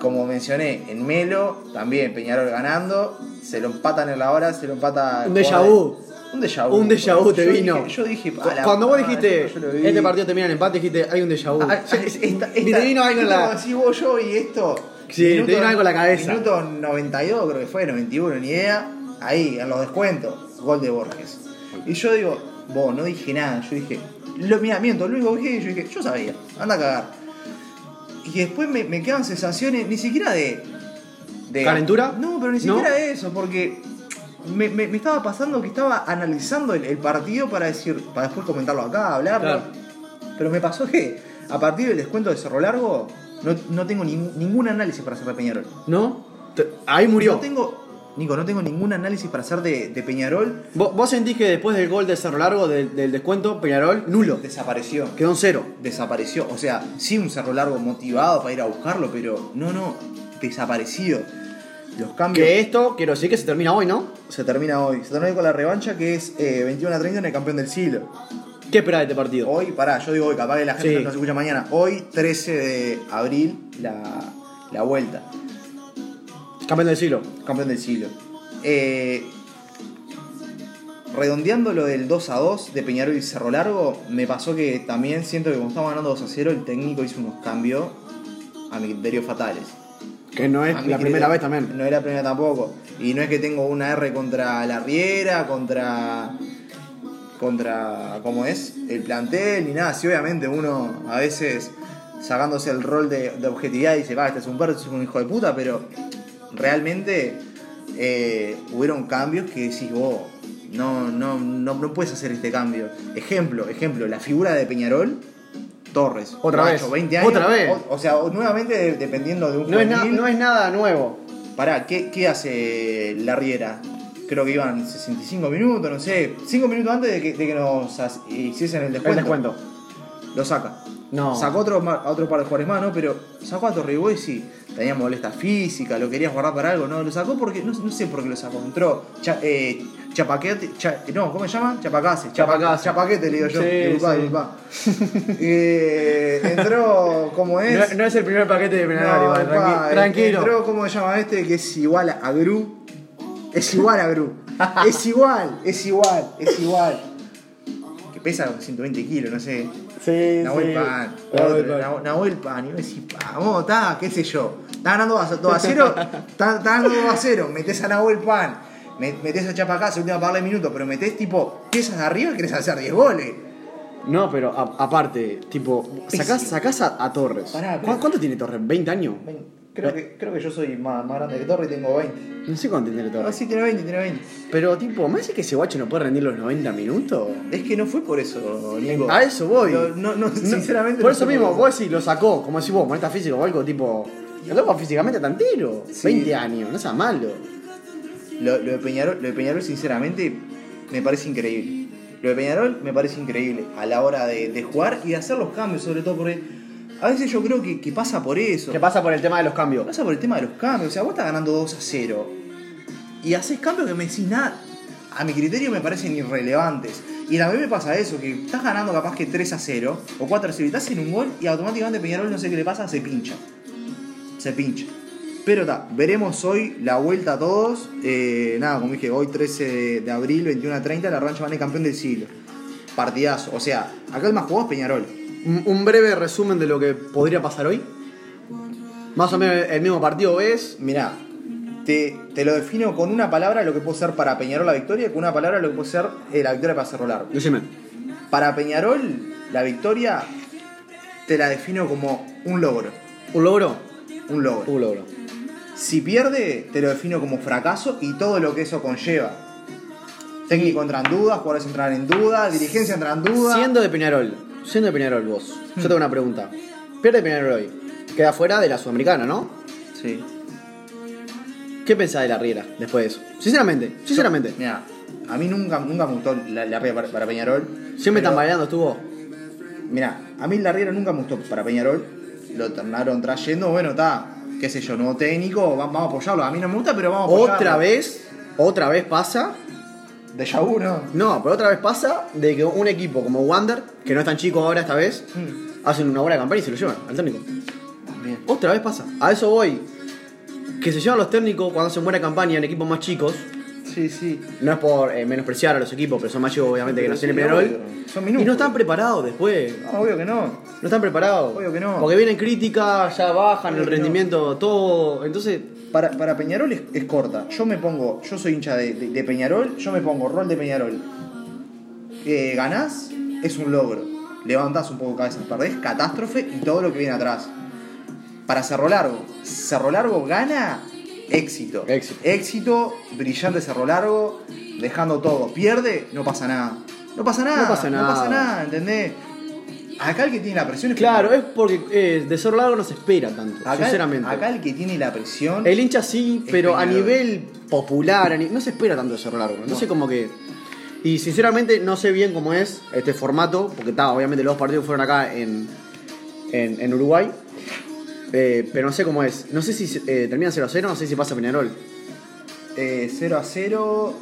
Speaker 2: Como mencioné, en Melo, también Peñarol ganando, se lo empatan en la hora, se lo empata.
Speaker 3: Un déjà vu.
Speaker 2: Un déjà vu.
Speaker 3: Un déjà vu te
Speaker 2: Yo
Speaker 3: vino.
Speaker 2: dije- yo dije,
Speaker 3: Cu-
Speaker 2: "A la
Speaker 3: Cuando vos
Speaker 2: madre,
Speaker 3: dijiste,
Speaker 2: yo lo vi".
Speaker 3: este partido termina en empate, dijiste, hay un déjà vu.
Speaker 2: Ah, ah,
Speaker 3: Sí,
Speaker 2: esta-
Speaker 3: y
Speaker 2: esta-
Speaker 3: te vino algo en
Speaker 2: como
Speaker 3: la.
Speaker 2: decís vos, yo y esto.
Speaker 3: Sí, te vino algo en la cabeza.
Speaker 2: Minuto 92, creo que fue, 91, ni idea. Ahí, en los descuentos, gol de Borges. Y yo digo, vos, no dije nada. Yo dije, lo, mira, miento, lo único que dije, yo dije, yo sabía, anda a cagar. Y después me, me quedan sensaciones, ni siquiera de. de
Speaker 3: ¿Calentura?
Speaker 2: No, pero ni
Speaker 3: ¿No?
Speaker 2: siquiera de eso, porque. Me, me- me estaba pasando que estaba analizando el, el partido para decir, para después comentarlo acá, hablarlo.
Speaker 3: Claro.
Speaker 2: Pero me pasó que a partir del descuento de Cerro Largo no, no tengo nin- ningún análisis para hacer de Peñarol.
Speaker 3: ¿No? Te- Ahí murió.
Speaker 2: No tengo, Nico, no tengo ningún análisis para hacer de, de Peñarol.
Speaker 3: ¿Vos, vos sentís que después del gol de Cerro Largo, del, del descuento, Peñarol, nulo.
Speaker 2: Desapareció.
Speaker 3: Quedó en cero.
Speaker 2: Desapareció. O sea, sí un Cerro Largo motivado para ir a buscarlo, pero no, no, desaparecido. Los cambios...
Speaker 3: Que esto, quiero decir que se termina hoy, ¿no?
Speaker 2: Se termina hoy. Se termina hoy con la revancha que es eh, 21 a 30 en el campeón del siglo.
Speaker 3: ¿Qué esperás de este partido?
Speaker 2: Hoy, pará, yo digo hoy, capaz que la gente
Speaker 3: Sí.
Speaker 2: no nos escucha mañana. Hoy, 13 de abril, la, la vuelta.
Speaker 3: Campeón del siglo.
Speaker 2: campeón del siglo. Eh, redondeando lo del 2 a 2 de Peñarol y Cerro Largo, me pasó que también siento que como estamos ganando 2 a 0, el técnico hizo unos cambios a mi criterio fatales.
Speaker 3: Que no es
Speaker 2: A mi
Speaker 3: la
Speaker 2: criterio-
Speaker 3: primera vez también.
Speaker 2: No era la primera tampoco. Y no es que tengo una R contra la Riera, contra. contra. ¿cómo es? El plantel, ni nada. Si obviamente uno a veces sacándose el rol de, de objetividad dice, va, este es un perro, este es un hijo de puta, pero realmente eh, hubieron cambios que decís, vos, no, no, no, no puedes hacer este cambio. Ejemplo, ejemplo, la figura de Peñarol. Torres,
Speaker 3: Otra
Speaker 2: macho,
Speaker 3: vez.
Speaker 2: 20 años.
Speaker 3: Otra vez.
Speaker 2: O, o sea, nuevamente de- dependiendo de un
Speaker 3: No es, na-
Speaker 2: juvenil.
Speaker 3: no es nada nuevo.
Speaker 2: Pará, ¿qué, qué hace la Riera? Creo que iban 65 minutos, no sé, 5 minutos antes de que, de que nos as- hiciesen el
Speaker 3: El
Speaker 2: descuento.
Speaker 3: descuento.
Speaker 2: Lo saca.
Speaker 3: No.
Speaker 2: Sacó otro, ma- a otro par de jugadores más, ¿no? Pero sacó a Torribó y sí, tenía molestia física, lo querías guardar para algo, ¿no? Lo sacó porque, no, no sé por qué lo sacó, entró cha- eh, Chapaquete, cha- no, ¿cómo se llama? Chapacase,
Speaker 3: Chapacase.
Speaker 2: Chapaquete le digo yo,
Speaker 3: Sí,
Speaker 2: disculpá,
Speaker 3: sí.
Speaker 2: disculpá. [laughs] Eh, entró, ¿cómo es?
Speaker 3: No, no es el primer paquete de Peñarol,
Speaker 2: No,
Speaker 3: igual,
Speaker 2: pa,
Speaker 3: tranqui-
Speaker 2: el-
Speaker 3: tranquilo.
Speaker 2: entró, ¿cómo se llama este? Que es igual a Gru. Es igual a Gru. es igual, es igual, es igual. que pesa como 120 kilos, no sé.
Speaker 3: Sí,
Speaker 2: Nahuel
Speaker 3: sí.
Speaker 2: Pan, la
Speaker 3: Nahuel
Speaker 2: otra,
Speaker 3: Pan.
Speaker 2: Nahu- Nahuel Pan, y vos decís, vamos, está, qué sé yo. Está ganando 2 a [laughs] 0, está está ganando 2 a 0, metés a Nahuel Pan, me- metés a Chapacá, se última par de minutos, pero metés tipo piezas de arriba y querés hacer 10 goles.
Speaker 3: No, pero a- aparte, tipo, sacás, sacás a, a Torres.
Speaker 2: Pará,
Speaker 3: ¿Cu-
Speaker 2: pero-
Speaker 3: ¿Cuánto tiene Torres? ¿20 años?
Speaker 2: Creo que, creo que yo soy más, más grande que Torre y tengo 20.
Speaker 3: No sé cuánto tiene
Speaker 2: Ah,
Speaker 3: Torres.
Speaker 2: sí, tiene 20, tiene 20.
Speaker 3: Pero, tipo, ¿me hace que ese guacho no puede rendir los 90 minutos?
Speaker 2: Es que no fue por eso, Nico.
Speaker 3: A eso voy.
Speaker 2: No, no, no, sinceramente.
Speaker 3: Por
Speaker 2: no
Speaker 3: eso
Speaker 2: fue
Speaker 3: mismo, vos decís, lo sacó, como decís vos, molesta físico o algo, tipo. El loco físicamente está entero. 20 años, no seas malo.
Speaker 2: Lo, lo de Peñarol, lo de Peñarol, sinceramente, me parece increíble. Lo de Peñarol me parece increíble a la hora de, de jugar y de hacer los cambios, sobre todo porque a veces yo creo que, que pasa por eso.
Speaker 3: ¿Qué pasa por el tema de los cambios?
Speaker 2: Pasa por el tema de los cambios. O sea, vos estás ganando 2 a 0 y haces cambios que me decís nada. A mi criterio me parecen irrelevantes. Y también me pasa eso, que estás ganando capaz que 3 a 0 o 4 a 0 y estás en un gol y automáticamente Peñarol no sé qué le pasa, se pincha. Se pincha. Pero ta, veremos hoy la vuelta a todos. Eh, nada, como dije, hoy 13 de, de abril, 21 a 30, la rancha van a ir campeón del siglo. Partidazo. O sea, acá el más jugado es Peñarol.
Speaker 3: Un un breve resumen de lo que podría pasar hoy. Más o menos el mismo partido ves.
Speaker 2: Mirá, te, te lo defino con una palabra lo que puede ser para Peñarol la victoria y con una palabra lo que puede ser eh, la victoria para Cerrolar.
Speaker 3: Decime.
Speaker 2: Para Peñarol, la victoria te la defino como un logro.
Speaker 3: ¿Un logro?
Speaker 2: Un logro.
Speaker 3: Un logro.
Speaker 2: Si pierde, te lo defino como fracaso y todo lo que eso conlleva. Técnico entra en duda, jugadores entran en duda, dirigencia entra en duda.
Speaker 3: Siendo de Peñarol, siendo de Peñarol vos, yo tengo una pregunta. Pierde Peñarol hoy, queda fuera de la Sudamericana, ¿no?
Speaker 2: Sí.
Speaker 3: ¿Qué pensás de la Riera después de eso? Sinceramente, sinceramente.
Speaker 2: Mira, a mí nunca, nunca me gustó la, la pega para, para Peñarol.
Speaker 3: Siempre
Speaker 2: Pero-
Speaker 3: tambaleando estuvo.
Speaker 2: Mirá, a mí la Riera nunca me gustó para Peñarol. Lo terminaron trayendo, bueno, está, qué sé yo, nuevo técnico, va- vamos a apoyarlo. A mí no me gusta, pero vamos a apoyarlo.
Speaker 3: Otra vez, otra vez pasa.
Speaker 2: De Yahoo, ¿no?
Speaker 3: No, pero otra vez pasa de que un equipo como Wander, que no es tan chico ahora esta vez, hacen una buena campaña y se lo llevan al técnico.
Speaker 2: También.
Speaker 3: Otra vez pasa. A eso voy. Que se llevan los técnicos cuando hacen buena campaña en equipos más chicos.
Speaker 2: Sí, sí.
Speaker 3: No es por eh, menospreciar a los equipos, pero son más chicos obviamente que
Speaker 2: Pero
Speaker 3: no tienen
Speaker 2: sí,
Speaker 3: Peñarol.
Speaker 2: obvio. Son
Speaker 3: Y no
Speaker 2: minúsculos.
Speaker 3: están preparados después.
Speaker 2: No, obvio que no.
Speaker 3: No están preparados.
Speaker 2: Obvio que no.
Speaker 3: Porque vienen críticas, ya bajan
Speaker 2: Obvio
Speaker 3: el
Speaker 2: que no.
Speaker 3: rendimiento, todo. Entonces,
Speaker 2: Para, para Peñarol es, es corta. Yo me pongo, yo soy hincha de, de- de Peñarol, yo me pongo rol de Peñarol. Eh, ganás, es un logro. Levantás un poco cabezas, perdés, catástrofe y todo lo que viene atrás. Para Cerro Largo, Cerro Largo gana, éxito.
Speaker 3: Éxito.
Speaker 2: Éxito, brillante Cerro Largo, dejando todo. Pierde, no pasa nada. No pasa nada,
Speaker 3: No pasa
Speaker 2: no pasa
Speaker 3: nada.
Speaker 2: nada, ¿entendés? Acá el que tiene la presión es
Speaker 3: claro, es
Speaker 2: Peñarol.
Speaker 3: porque eh, de ser largo no se espera tanto,
Speaker 2: acá,
Speaker 3: sinceramente.
Speaker 2: Acá el que tiene la presión.
Speaker 3: El hincha sí,
Speaker 2: Es
Speaker 3: pero a
Speaker 2: Peñarol.
Speaker 3: nivel popular, a ni- no se espera tanto de Cerro Largo. Entonces, como que. Y sinceramente, no sé bien cómo es este formato, porque está, obviamente los dos partidos fueron acá en, en, en Uruguay. Eh, pero no sé cómo es. No sé si eh, termina 0 a 0, no sé si pasa Peñarol.
Speaker 2: Eh, 0 a 0.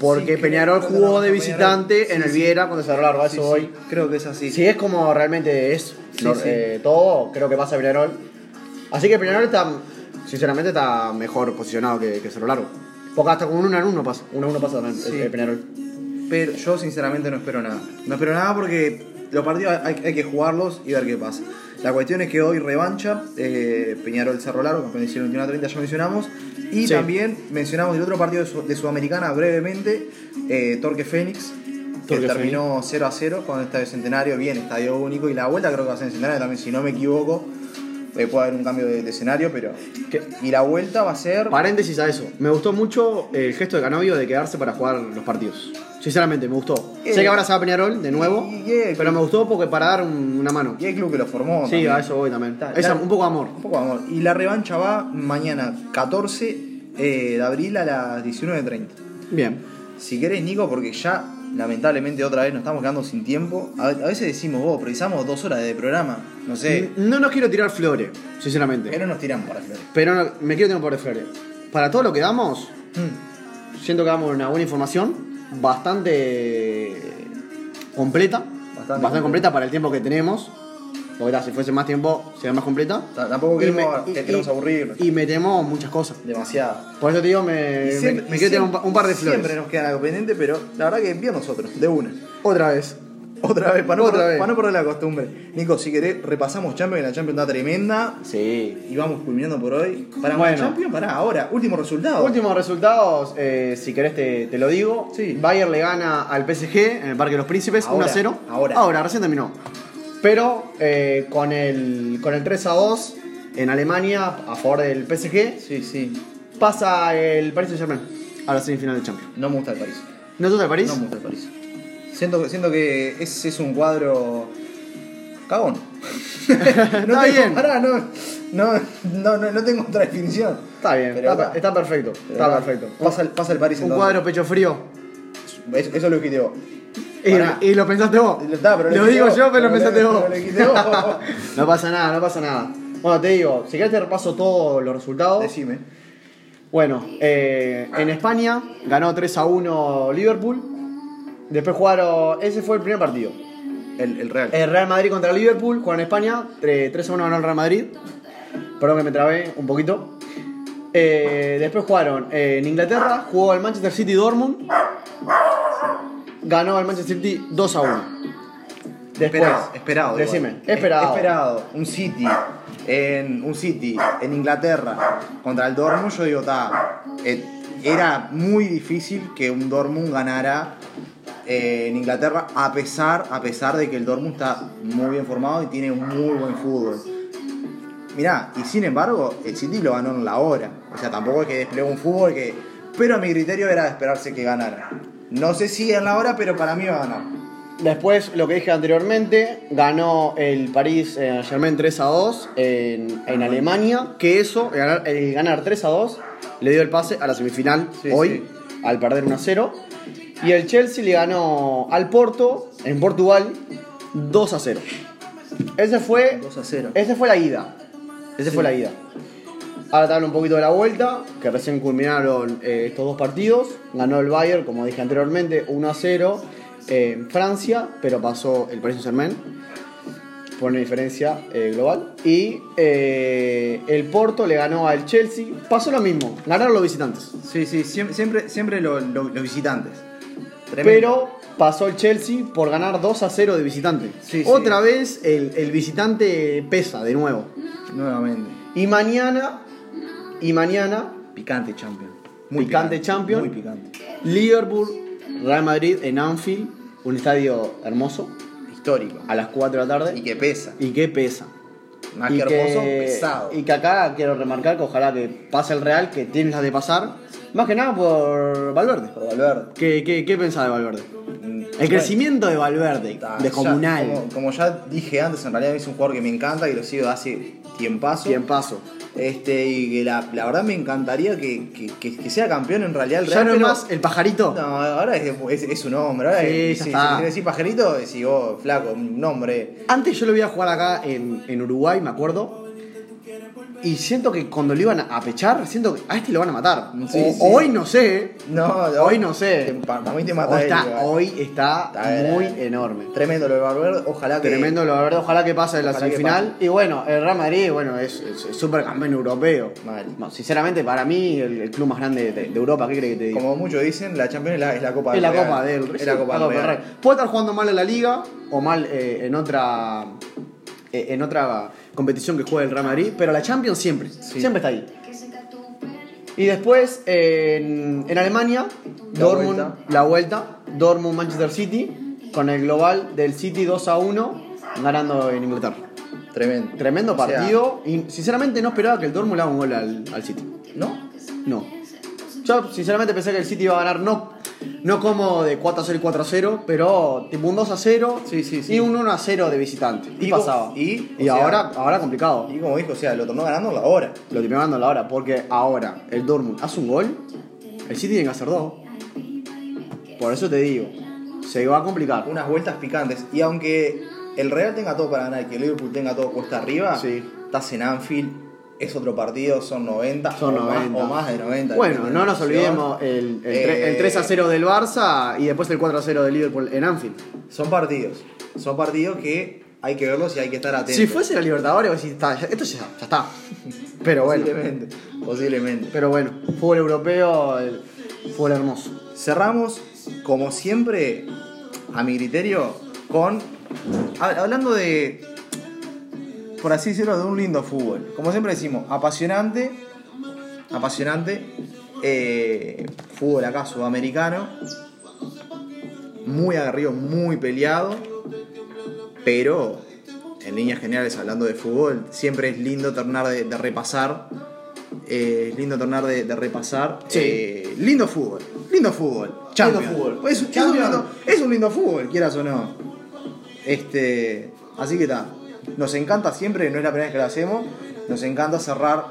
Speaker 3: Porque
Speaker 2: Sí,
Speaker 3: Peñarol
Speaker 2: creo que
Speaker 3: jugó
Speaker 2: ganó
Speaker 3: de
Speaker 2: Peñarol.
Speaker 3: visitante
Speaker 2: Sí,
Speaker 3: en el
Speaker 2: sí.
Speaker 3: Viera cuando Cerro Largo, a
Speaker 2: Sí,
Speaker 3: eso
Speaker 2: sí,
Speaker 3: voy.
Speaker 2: Creo que es así.
Speaker 3: Si es como realmente es no,
Speaker 2: sí.
Speaker 3: eh, todo, creo que pasa Peñarol. Así que Peñarol está, sinceramente, está mejor posicionado que, que Cerro Largo. Porque hasta con un 1 a 1 pasa. 1 a 1 pasa también el-
Speaker 2: Sí.
Speaker 3: el Peñarol.
Speaker 2: Pero yo sinceramente no espero nada. No espero nada porque los partidos hay, hay que jugarlos y ver qué pasa. La cuestión es que hoy revancha eh, Peñarol Cerro Largo, campeón del siglo 21 a 30, ya mencionamos. Y
Speaker 3: Sí.
Speaker 2: también mencionamos el otro partido de, Sud- de Sudamericana brevemente, eh, Torque Fénix. Que
Speaker 3: Torque
Speaker 2: terminó 0 a 0 cuando el Estadio Centenario, bien, Estadio Único. Y la vuelta creo que va a ser en Centenario también, si no me equivoco. Eh, puede haber un cambio de, de escenario, pero.
Speaker 3: Que-
Speaker 2: Y la vuelta va a ser.
Speaker 3: Paréntesis a eso. Me gustó mucho el gesto de Canovio de quedarse para jugar los partidos. Sinceramente, me gustó.
Speaker 2: Eh.
Speaker 3: Sé que ahora se va a Peñarol de nuevo,
Speaker 2: Y- y-
Speaker 3: pero me gustó porque para dar un- una mano.
Speaker 2: Y el club que lo formó.
Speaker 3: Sí,
Speaker 2: también.
Speaker 3: a eso voy también.
Speaker 2: Está-
Speaker 3: Es
Speaker 2: está-
Speaker 3: un poco de amor.
Speaker 2: Un poco de amor. Y la revancha va mañana 14 eh, de abril a las 19.30.
Speaker 3: Bien.
Speaker 2: Si querés, Nico, porque ya lamentablemente otra vez nos estamos quedando sin tiempo. A, a veces decimos, vos, precisamos dos horas de programa. No sé.
Speaker 3: No nos quiero tirar flores, sinceramente.
Speaker 2: Pero nos tiramos para flores.
Speaker 3: Pero no- me quiero tener por de Flores. Para todo lo que damos,
Speaker 2: Mm.
Speaker 3: siento que damos una buena información, bastante completa, bastante,
Speaker 2: completa.
Speaker 3: completa. para el tiempo que tenemos. Porque ta, si fuese más tiempo, sería más completa.
Speaker 2: Ta- Tampoco
Speaker 3: Y me-
Speaker 2: queremos, que-
Speaker 3: y-
Speaker 2: queremos
Speaker 3: y-
Speaker 2: aburrir.
Speaker 3: Y metemos muchas cosas.
Speaker 2: Demasiado.
Speaker 3: Por eso te digo, Eh, me,
Speaker 2: Y siempre-
Speaker 3: me-
Speaker 2: y
Speaker 3: me quiero tener un,
Speaker 2: siempre-
Speaker 3: pa- un par de flores.
Speaker 2: Siempre nos queda algo pendiente, pero la verdad que bien nosotros, de una. [laughs]
Speaker 3: Otra vez.
Speaker 2: Otra vez, para no,
Speaker 3: Otra
Speaker 2: perder,
Speaker 3: vez.
Speaker 2: para no perder la costumbre. Nico, si querés, repasamos Champions, que la Champions está tremenda.
Speaker 5: Sí.
Speaker 2: Y vamos culminando por hoy. Para
Speaker 3: Bueno.
Speaker 2: Champions, para ahora, último resultado.
Speaker 3: Últimos resultados, eh, si querés te, te lo digo.
Speaker 2: Sí.
Speaker 3: Bayern le gana al PSG en el Parque de los Príncipes
Speaker 2: Ahora,
Speaker 3: 1-0.
Speaker 2: ahora.
Speaker 3: Ahora, recién terminó. Pero eh, con, el, con el 3-2 en Alemania a favor del PSG,
Speaker 2: Sí, sí.
Speaker 3: pasa el Paris Saint Germain a la semifinal de Champions.
Speaker 2: No me gusta el París.
Speaker 3: ¿No te gusta el París?
Speaker 2: No me gusta el París. Siento, que- siento que ese es un cuadro.
Speaker 3: [laughs]
Speaker 2: cagón.
Speaker 3: Está bien.
Speaker 2: Pará, no, no, no, no, no tengo otra definición.
Speaker 3: Está bien,
Speaker 2: Pero
Speaker 3: está,
Speaker 2: está.
Speaker 3: está perfecto.
Speaker 2: Pero
Speaker 3: Está
Speaker 2: nada,
Speaker 3: perfecto.
Speaker 2: Pasa el, pasa el París
Speaker 3: Un
Speaker 2: entonces.
Speaker 3: cuadro pecho frío.
Speaker 2: Es- Eso es lo que te digo.
Speaker 3: Y,
Speaker 2: Pará.
Speaker 3: y lo pensaste vos.
Speaker 2: Lo- está, pero lo
Speaker 3: lo
Speaker 2: dijiste
Speaker 3: digo
Speaker 2: vos,
Speaker 3: yo, pero lo
Speaker 2: pero
Speaker 3: pensaste
Speaker 2: lo-
Speaker 3: vos.
Speaker 2: pero lo dijiste vos.
Speaker 3: [laughs] no pasa nada, no pasa nada. Bueno, te digo, si querés te repaso todos los resultados.
Speaker 2: Decime.
Speaker 3: Bueno, eh, en España ganó 3 a 1 Liverpool. Después jugaron. Ese fue el primer partido.
Speaker 2: El, el Real.
Speaker 3: El Real Madrid contra Liverpool, jugaron en España. 3, 3 a 1 ganó el Real Madrid. Perdón que me trabé un poquito. Eh, después jugaron eh, en Inglaterra, jugó el Manchester City Dortmund. Ganó el Manchester City 2 a 1. Después,
Speaker 2: esperado, esperado. igual.
Speaker 3: Decime,
Speaker 2: Es-
Speaker 3: esperado.
Speaker 2: Esperado. Un City. En, un City en Inglaterra contra el Dortmund, yo digo, ta, eh, era muy difícil que un Dortmund ganara eh, en Inglaterra, a pesar, a pesar de que el Dortmund está muy bien formado y tiene un muy buen fútbol. Mirá, y sin embargo, el City lo ganó en la hora. O sea, tampoco es que desplegó un fútbol que. Pero a mi criterio era de esperarse que ganara. No sé si en la hora, pero para mí va a ganar.
Speaker 3: Después, lo que dije anteriormente, ganó el París eh, Germain 3 a 2 en, en Alemania. Que eso, el ganar, el ganar 3 a 2, le dio el pase a la semifinal
Speaker 2: Sí,
Speaker 3: hoy, al perder 1 a 0. Y el Chelsea le ganó al Porto, en Portugal, 2 a 0. Ese fue,
Speaker 2: 2 a 0.
Speaker 3: ese fue la ida. Ese fue la ida. Ahora te hablo un poquito de la vuelta, que recién culminaron eh, estos dos partidos. Ganó el Bayern, como dije anteriormente, 1 a 0 eh, en Francia, pero pasó el Paris Saint-Germain por una diferencia eh, global. Y eh, el Porto le ganó al Chelsea. Pasó lo mismo, ganaron los visitantes.
Speaker 2: Sí, sí, siempre, siempre, siempre lo- lo- los visitantes. Tremendo.
Speaker 3: Pero pasó el Chelsea por ganar 2 a 0 de visitante.
Speaker 2: Sí, sí.
Speaker 3: Otra vez el, el visitante pesa de nuevo.
Speaker 2: Nuevamente.
Speaker 3: Y mañana, y mañana
Speaker 2: Picante champion.
Speaker 3: Picante Champion.
Speaker 2: Muy picante.
Speaker 3: Liverpool, Real Madrid en Anfield, un estadio hermoso,
Speaker 2: Histórico.
Speaker 3: a las 4 de la tarde.
Speaker 2: Y que pesa.
Speaker 3: Y que pesa.
Speaker 2: Más
Speaker 3: y
Speaker 2: que hermoso, pesado.
Speaker 3: Y que acá quiero remarcar que ojalá que pase el Real, que tiene las de pasar. Más que nada por Valverde.
Speaker 2: Por Valverde.
Speaker 3: ¿Qué, qué, qué pensás de Valverde? El
Speaker 2: Bueno,
Speaker 3: crecimiento de Valverde,
Speaker 2: ta, ya,
Speaker 3: descomunal.
Speaker 2: como, como ya dije antes, en realidad es un jugador que me encanta, que lo sigo hace tiempazo.
Speaker 3: Bien paso.
Speaker 2: Este, y que la, la verdad me encantaría que, que- que- que sea campeón en realidad el
Speaker 3: Ya
Speaker 2: Real.
Speaker 3: no es
Speaker 2: pero-
Speaker 3: más el pajarito.
Speaker 2: No, ahora es, es- es un hombre. Ahora
Speaker 3: Sí,
Speaker 2: es-
Speaker 3: ya
Speaker 2: si,
Speaker 3: está.
Speaker 2: si decís pajarito, decís vos, flaco, un hombre.
Speaker 3: Antes yo lo veía jugar acá en, en Uruguay, me acuerdo. Y siento que cuando lo iban a pechar, siento que a este lo van a matar.
Speaker 2: Sí,
Speaker 3: O-
Speaker 2: sí.
Speaker 3: Hoy no sé.
Speaker 2: No,
Speaker 3: Hoy no sé.
Speaker 2: Te- pa- Para mí te
Speaker 3: O
Speaker 2: mata
Speaker 3: está-
Speaker 2: él, igual.
Speaker 3: hoy está
Speaker 2: Está
Speaker 3: muy
Speaker 2: bien.
Speaker 3: enorme.
Speaker 2: Tremendo lo de Valverde, ojalá que.
Speaker 3: Tremendo, la verdad. Ojalá que pase la
Speaker 2: Ojalá que
Speaker 3: semifinal. Y bueno, el Real Madrid, bueno, es, es, es supercampeón europeo.
Speaker 2: Mal.
Speaker 3: No, sinceramente, para mí, el, el club más grande de, de Europa, ¿qué crees que te digo?
Speaker 2: Como muchos dicen, la Champions es la, es la Copa
Speaker 3: es
Speaker 2: del
Speaker 3: la
Speaker 2: Real.
Speaker 3: Copa del
Speaker 2: Es la Copa del Real.
Speaker 3: Puede estar jugando mal en la liga o mal eh, en otra eh, en otra competición que juegue el Real Madrid, pero la Champions siempre, siempre está ahí. Y después eh, en, en Alemania,
Speaker 2: La
Speaker 3: Dortmund,
Speaker 2: vuelta.
Speaker 3: la vuelta, Dortmund Manchester City con el global del City 2 a 1 ganando en Inglaterra.
Speaker 2: Tremendo.
Speaker 3: Tremendo
Speaker 2: O sea,
Speaker 3: partido y sinceramente no esperaba que el Dortmund le haga un gol al, al City.
Speaker 2: ¿No?
Speaker 3: No. Yo sinceramente pensé que el City iba a ganar, no, no como de 4 a 0 y 4 a 0, pero tipo un 2 a 0
Speaker 2: Sí, sí, sí.
Speaker 3: y un 1 a 0 de visitante. Y,
Speaker 2: Y co-
Speaker 3: pasaba.
Speaker 2: y, o
Speaker 3: Y
Speaker 2: sea-
Speaker 3: ahora, ahora complicado.
Speaker 2: Y como dijo, o sea, lo tornó ganando la hora.
Speaker 3: Lo que me mando la hora, porque ahora el Dortmund hace un gol, el City tiene que hacer dos. Por eso te digo, se va a complicar.
Speaker 2: Unas vueltas picantes. Y aunque el Real tenga todo para ganar y que el Liverpool tenga todo cuesta arriba,
Speaker 3: Sí.
Speaker 2: estás en Anfield, es otro partido, son 90.
Speaker 3: Son
Speaker 2: o más-
Speaker 3: 90.
Speaker 2: o más de 90.
Speaker 3: Bueno,
Speaker 2: depende
Speaker 3: no
Speaker 2: de la
Speaker 3: nos
Speaker 2: opción.
Speaker 3: olvidemos el, el, tre-
Speaker 2: Eh,
Speaker 3: el 3 a 0 del Barça y después el 4 a 0 del Liverpool en Anfield.
Speaker 2: Son partidos. Son partidos que hay que verlos y hay que estar atentos.
Speaker 3: Si fuese la Libertadores, vos decís, "Está, ya- esto ya, ya está. Pero bueno.
Speaker 2: Posiblemente. Posiblemente.
Speaker 3: Pero bueno, fútbol europeo, el fútbol hermoso.
Speaker 2: Cerramos, como siempre, a mi criterio, con. hab- Hablando de. Por así decirlo, de un lindo fútbol. Como siempre decimos, apasionante. Apasionante. eh, fútbol acá sudamericano. Muy agarrido, muy peleado. Pero. En líneas generales, hablando de fútbol, siempre es lindo tornar de, de repasar. eh, es lindo tornar de, de repasar.
Speaker 3: Sí.
Speaker 2: eh, lindo fútbol. Lindo fútbol. Champions.
Speaker 3: fútbol.
Speaker 2: Pues es, es un
Speaker 3: Champions.
Speaker 2: lindo, es un lindo fútbol, quieras o no. Este, así que está. Nos encanta siempre, no es la primera vez que lo hacemos. Nos encanta cerrar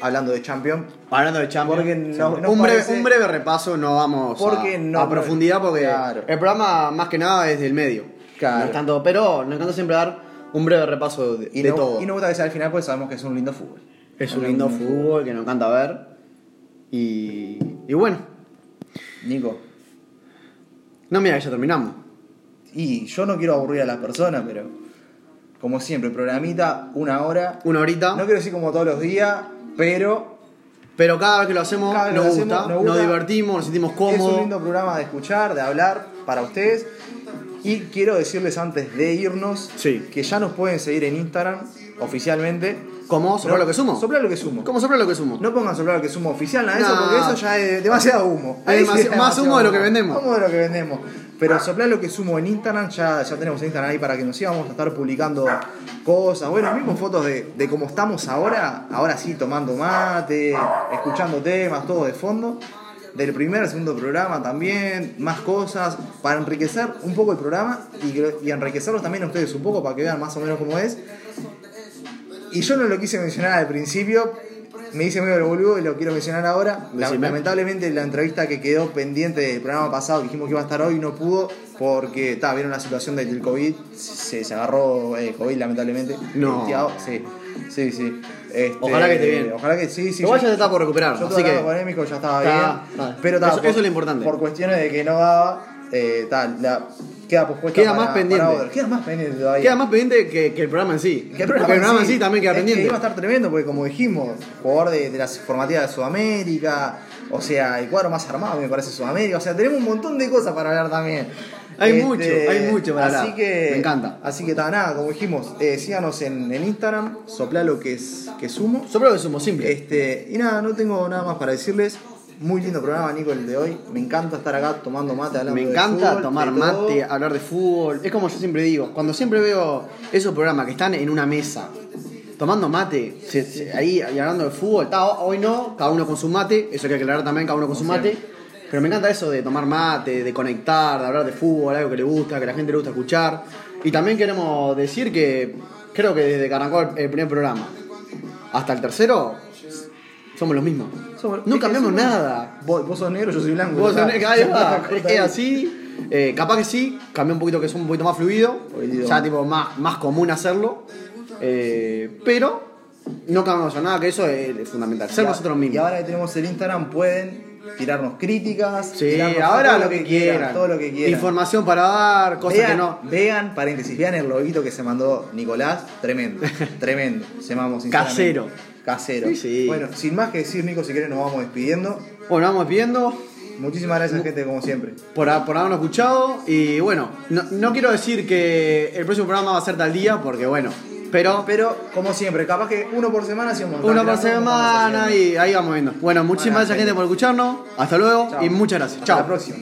Speaker 2: hablando de Champions.
Speaker 3: Hablando de Champions.
Speaker 2: Porque no-
Speaker 3: sí.
Speaker 2: no
Speaker 3: un, breve,
Speaker 2: parece-
Speaker 3: un breve repaso, no vamos
Speaker 2: Porque
Speaker 3: a,
Speaker 2: no-
Speaker 3: a profundidad porque
Speaker 2: Claro.
Speaker 3: el programa más que nada es del medio.
Speaker 2: Claro.
Speaker 3: No es tanto, pero nos encanta siempre dar un breve repaso de,
Speaker 2: Y
Speaker 3: de
Speaker 2: no,
Speaker 3: todo.
Speaker 2: y no gusta que sea al final, pues sabemos que es un lindo fútbol.
Speaker 3: Es un lindo fútbol que nos encanta ver. Y, y bueno,
Speaker 2: Nico.
Speaker 3: no mira, ya terminamos.
Speaker 2: Y yo no quiero aburrir a las personas, pero como siempre, programita, una hora.
Speaker 3: Una horita.
Speaker 2: No quiero decir como todos los días, pero
Speaker 3: Pero cada vez que lo hacemos,
Speaker 2: Cada vez
Speaker 3: nos,
Speaker 2: que lo
Speaker 3: gusta,
Speaker 2: hacemos, nos
Speaker 3: nos
Speaker 2: gusta.
Speaker 3: divertimos, nos sentimos
Speaker 2: Es un
Speaker 3: cómodos.
Speaker 2: lindo programa de escuchar, de hablar para ustedes. Y quiero decirles antes de irnos
Speaker 3: Sí.
Speaker 2: que ya nos pueden seguir en Instagram oficialmente.
Speaker 3: ¿Cómo? ¿Soplar
Speaker 2: No,
Speaker 3: lo que sumo?
Speaker 2: Soplar lo que sumo.
Speaker 3: ¿Cómo soplar lo que sumo?
Speaker 2: No pongan soplar lo que sumo oficial nada de
Speaker 3: No.
Speaker 2: eso, porque eso ya es demasiado humo. [laughs]
Speaker 3: Es
Speaker 2: Ahí sí
Speaker 3: demasi- más humo de lo que vendemos.
Speaker 2: Humo de lo que vendemos. Pero soplar lo que sumo en Instagram, ya, ya tenemos Instagram ahí para que nos sigamos a estar publicando cosas. Bueno, mismo fotos de, de cómo estamos ahora, ahora sí tomando mate, escuchando temas, todo de fondo. Del primer, segundo programa también, más cosas, para enriquecer un poco el programa y, que- y enriquecerlos también a ustedes un poco para que vean más o menos cómo es. Y yo no lo quise mencionar al principio, me hice medio el boludo y lo quiero mencionar ahora. La-
Speaker 3: Decime.
Speaker 2: lamentablemente la entrevista que quedó pendiente del programa pasado que dijimos que iba a estar hoy no pudo porque ta, vieron la situación del del COVID, se, se agarró eh, COVID lamentablemente.
Speaker 3: No.
Speaker 2: Angustiado, Sí, sí, sí. Este,
Speaker 3: Ojalá que esté bien.
Speaker 2: Ojalá que sí, sí.
Speaker 3: Igual
Speaker 2: yo-
Speaker 3: ya se está por recuperar,
Speaker 2: yo
Speaker 3: así
Speaker 2: todo el
Speaker 3: que-
Speaker 2: lado polémico ya estaba
Speaker 3: Está-
Speaker 2: bien.
Speaker 3: está.
Speaker 2: Pero ta,
Speaker 3: Eso-
Speaker 2: por-
Speaker 3: eso es lo importante.
Speaker 2: Por cuestiones de que no daba, eh, ta, la- queda pospuesta.
Speaker 3: Queda
Speaker 2: para-
Speaker 3: más pendiente.
Speaker 2: para otro. queda más pendiente todavía.
Speaker 3: Queda más pendiente que, que el programa en sí.
Speaker 2: Que
Speaker 3: Porque el programa en sí también queda
Speaker 2: es que
Speaker 3: pendiente.
Speaker 2: iba a estar tremendo porque, como dijimos, jugador de, de las formativas de Sudamérica, o sea, el cuadro más armado me parece Sudamérica, o sea, tenemos un montón de cosas para hablar también. Este,
Speaker 3: Hay mucho, hay mucho para
Speaker 2: así
Speaker 3: hablar.
Speaker 2: Que,
Speaker 3: Me encanta.
Speaker 2: Así que ta, nada, como dijimos, eh, síganos en, en Instagram, sopla lo que, es, que sumo.
Speaker 3: Soplar lo que sumo, simple.
Speaker 2: Este, y nada, no tengo nada más para decirles. Muy lindo programa, Nico, el de hoy. Me encanta estar acá tomando mate, hablando
Speaker 3: Me
Speaker 2: de
Speaker 3: encanta
Speaker 2: fútbol,
Speaker 3: tomar
Speaker 2: de todo.
Speaker 3: mate, hablar de fútbol. Es como yo siempre digo, cuando siempre veo esos programas que están en una mesa, tomando mate, se- se- ahí y hablando de fútbol, Ta, ho- hoy no, cada uno con su mate, eso hay que aclarar también, cada uno con su mate. Pero me encanta eso de tomar mate, de conectar, de hablar de fútbol, algo que le gusta, que a la gente le gusta escuchar. Y también queremos decir que creo que desde que arrancó el- el primer programa hasta el tercero, somos los mismos.
Speaker 2: Somos- es
Speaker 3: no
Speaker 2: que
Speaker 3: cambiamos
Speaker 2: somos-
Speaker 3: nada.
Speaker 2: Vos, vos sos negro, yo soy blanco.
Speaker 3: Vos
Speaker 2: ya
Speaker 3: tenés
Speaker 2: está.
Speaker 3: que-
Speaker 2: [laughs]
Speaker 3: ahí
Speaker 2: Ya
Speaker 3: va,
Speaker 2: está,
Speaker 3: es
Speaker 2: corta ahí.
Speaker 3: que así, eh, capaz que sí, cambió un poquito que es un poquito más fluido,
Speaker 2: Fluido.
Speaker 3: ya tipo más, más común hacerlo, eh, pero no cambiamos a nada, que eso es, fundamental, ser
Speaker 2: Y a-
Speaker 3: nosotros mismos.
Speaker 2: Y ahora que tenemos el Instagram pueden tirarnos críticas.
Speaker 3: sí,
Speaker 2: tirarnos
Speaker 3: ahora
Speaker 2: todo
Speaker 3: lo que, quieran,
Speaker 2: Todo lo que quieran.
Speaker 3: Información para dar, cosas
Speaker 2: vean,
Speaker 3: que no.
Speaker 2: vean, paréntesis, vean el loguito que se mandó Nicolás.
Speaker 3: [laughs]
Speaker 2: Tremendo, tremendo. Se mamó sinceramente.
Speaker 3: Casero.
Speaker 2: Casero.
Speaker 3: Sí, sí.
Speaker 2: Bueno, sin más que decir, Nico, si querés nos vamos despidiendo.
Speaker 3: Bueno, vamos viendo.
Speaker 2: Muchísimas gracias, gente, como siempre.
Speaker 3: por, ha- por habernos escuchado. Y bueno, no, no quiero decir que el próximo programa va a ser tal día, porque bueno, pero
Speaker 2: Pero, como siempre, capaz que uno por semana hacemos Mirá,
Speaker 3: Una por
Speaker 2: ¿cómo estamos
Speaker 3: semana
Speaker 2: haciendo?
Speaker 3: y ahí vamos viendo. Bueno, muchísimas
Speaker 2: Bueno,
Speaker 3: gracias gente por escucharnos. Hasta luego
Speaker 2: Chao.
Speaker 3: y muchas gracias.
Speaker 2: Hasta
Speaker 3: Chao.
Speaker 2: la próxima.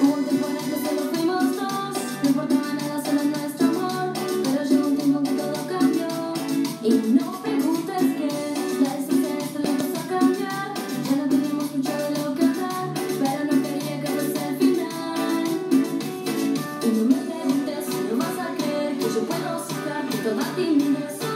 Speaker 6: Hubo un tiempo en el que solo fuimos dos, no importaba nada, solo nuestro amor. Pero llegó un tiempo en que todo cambió. Y no preguntes qué, la decisión de esto lo vamos a cambiar. Ya no tenemos mucho de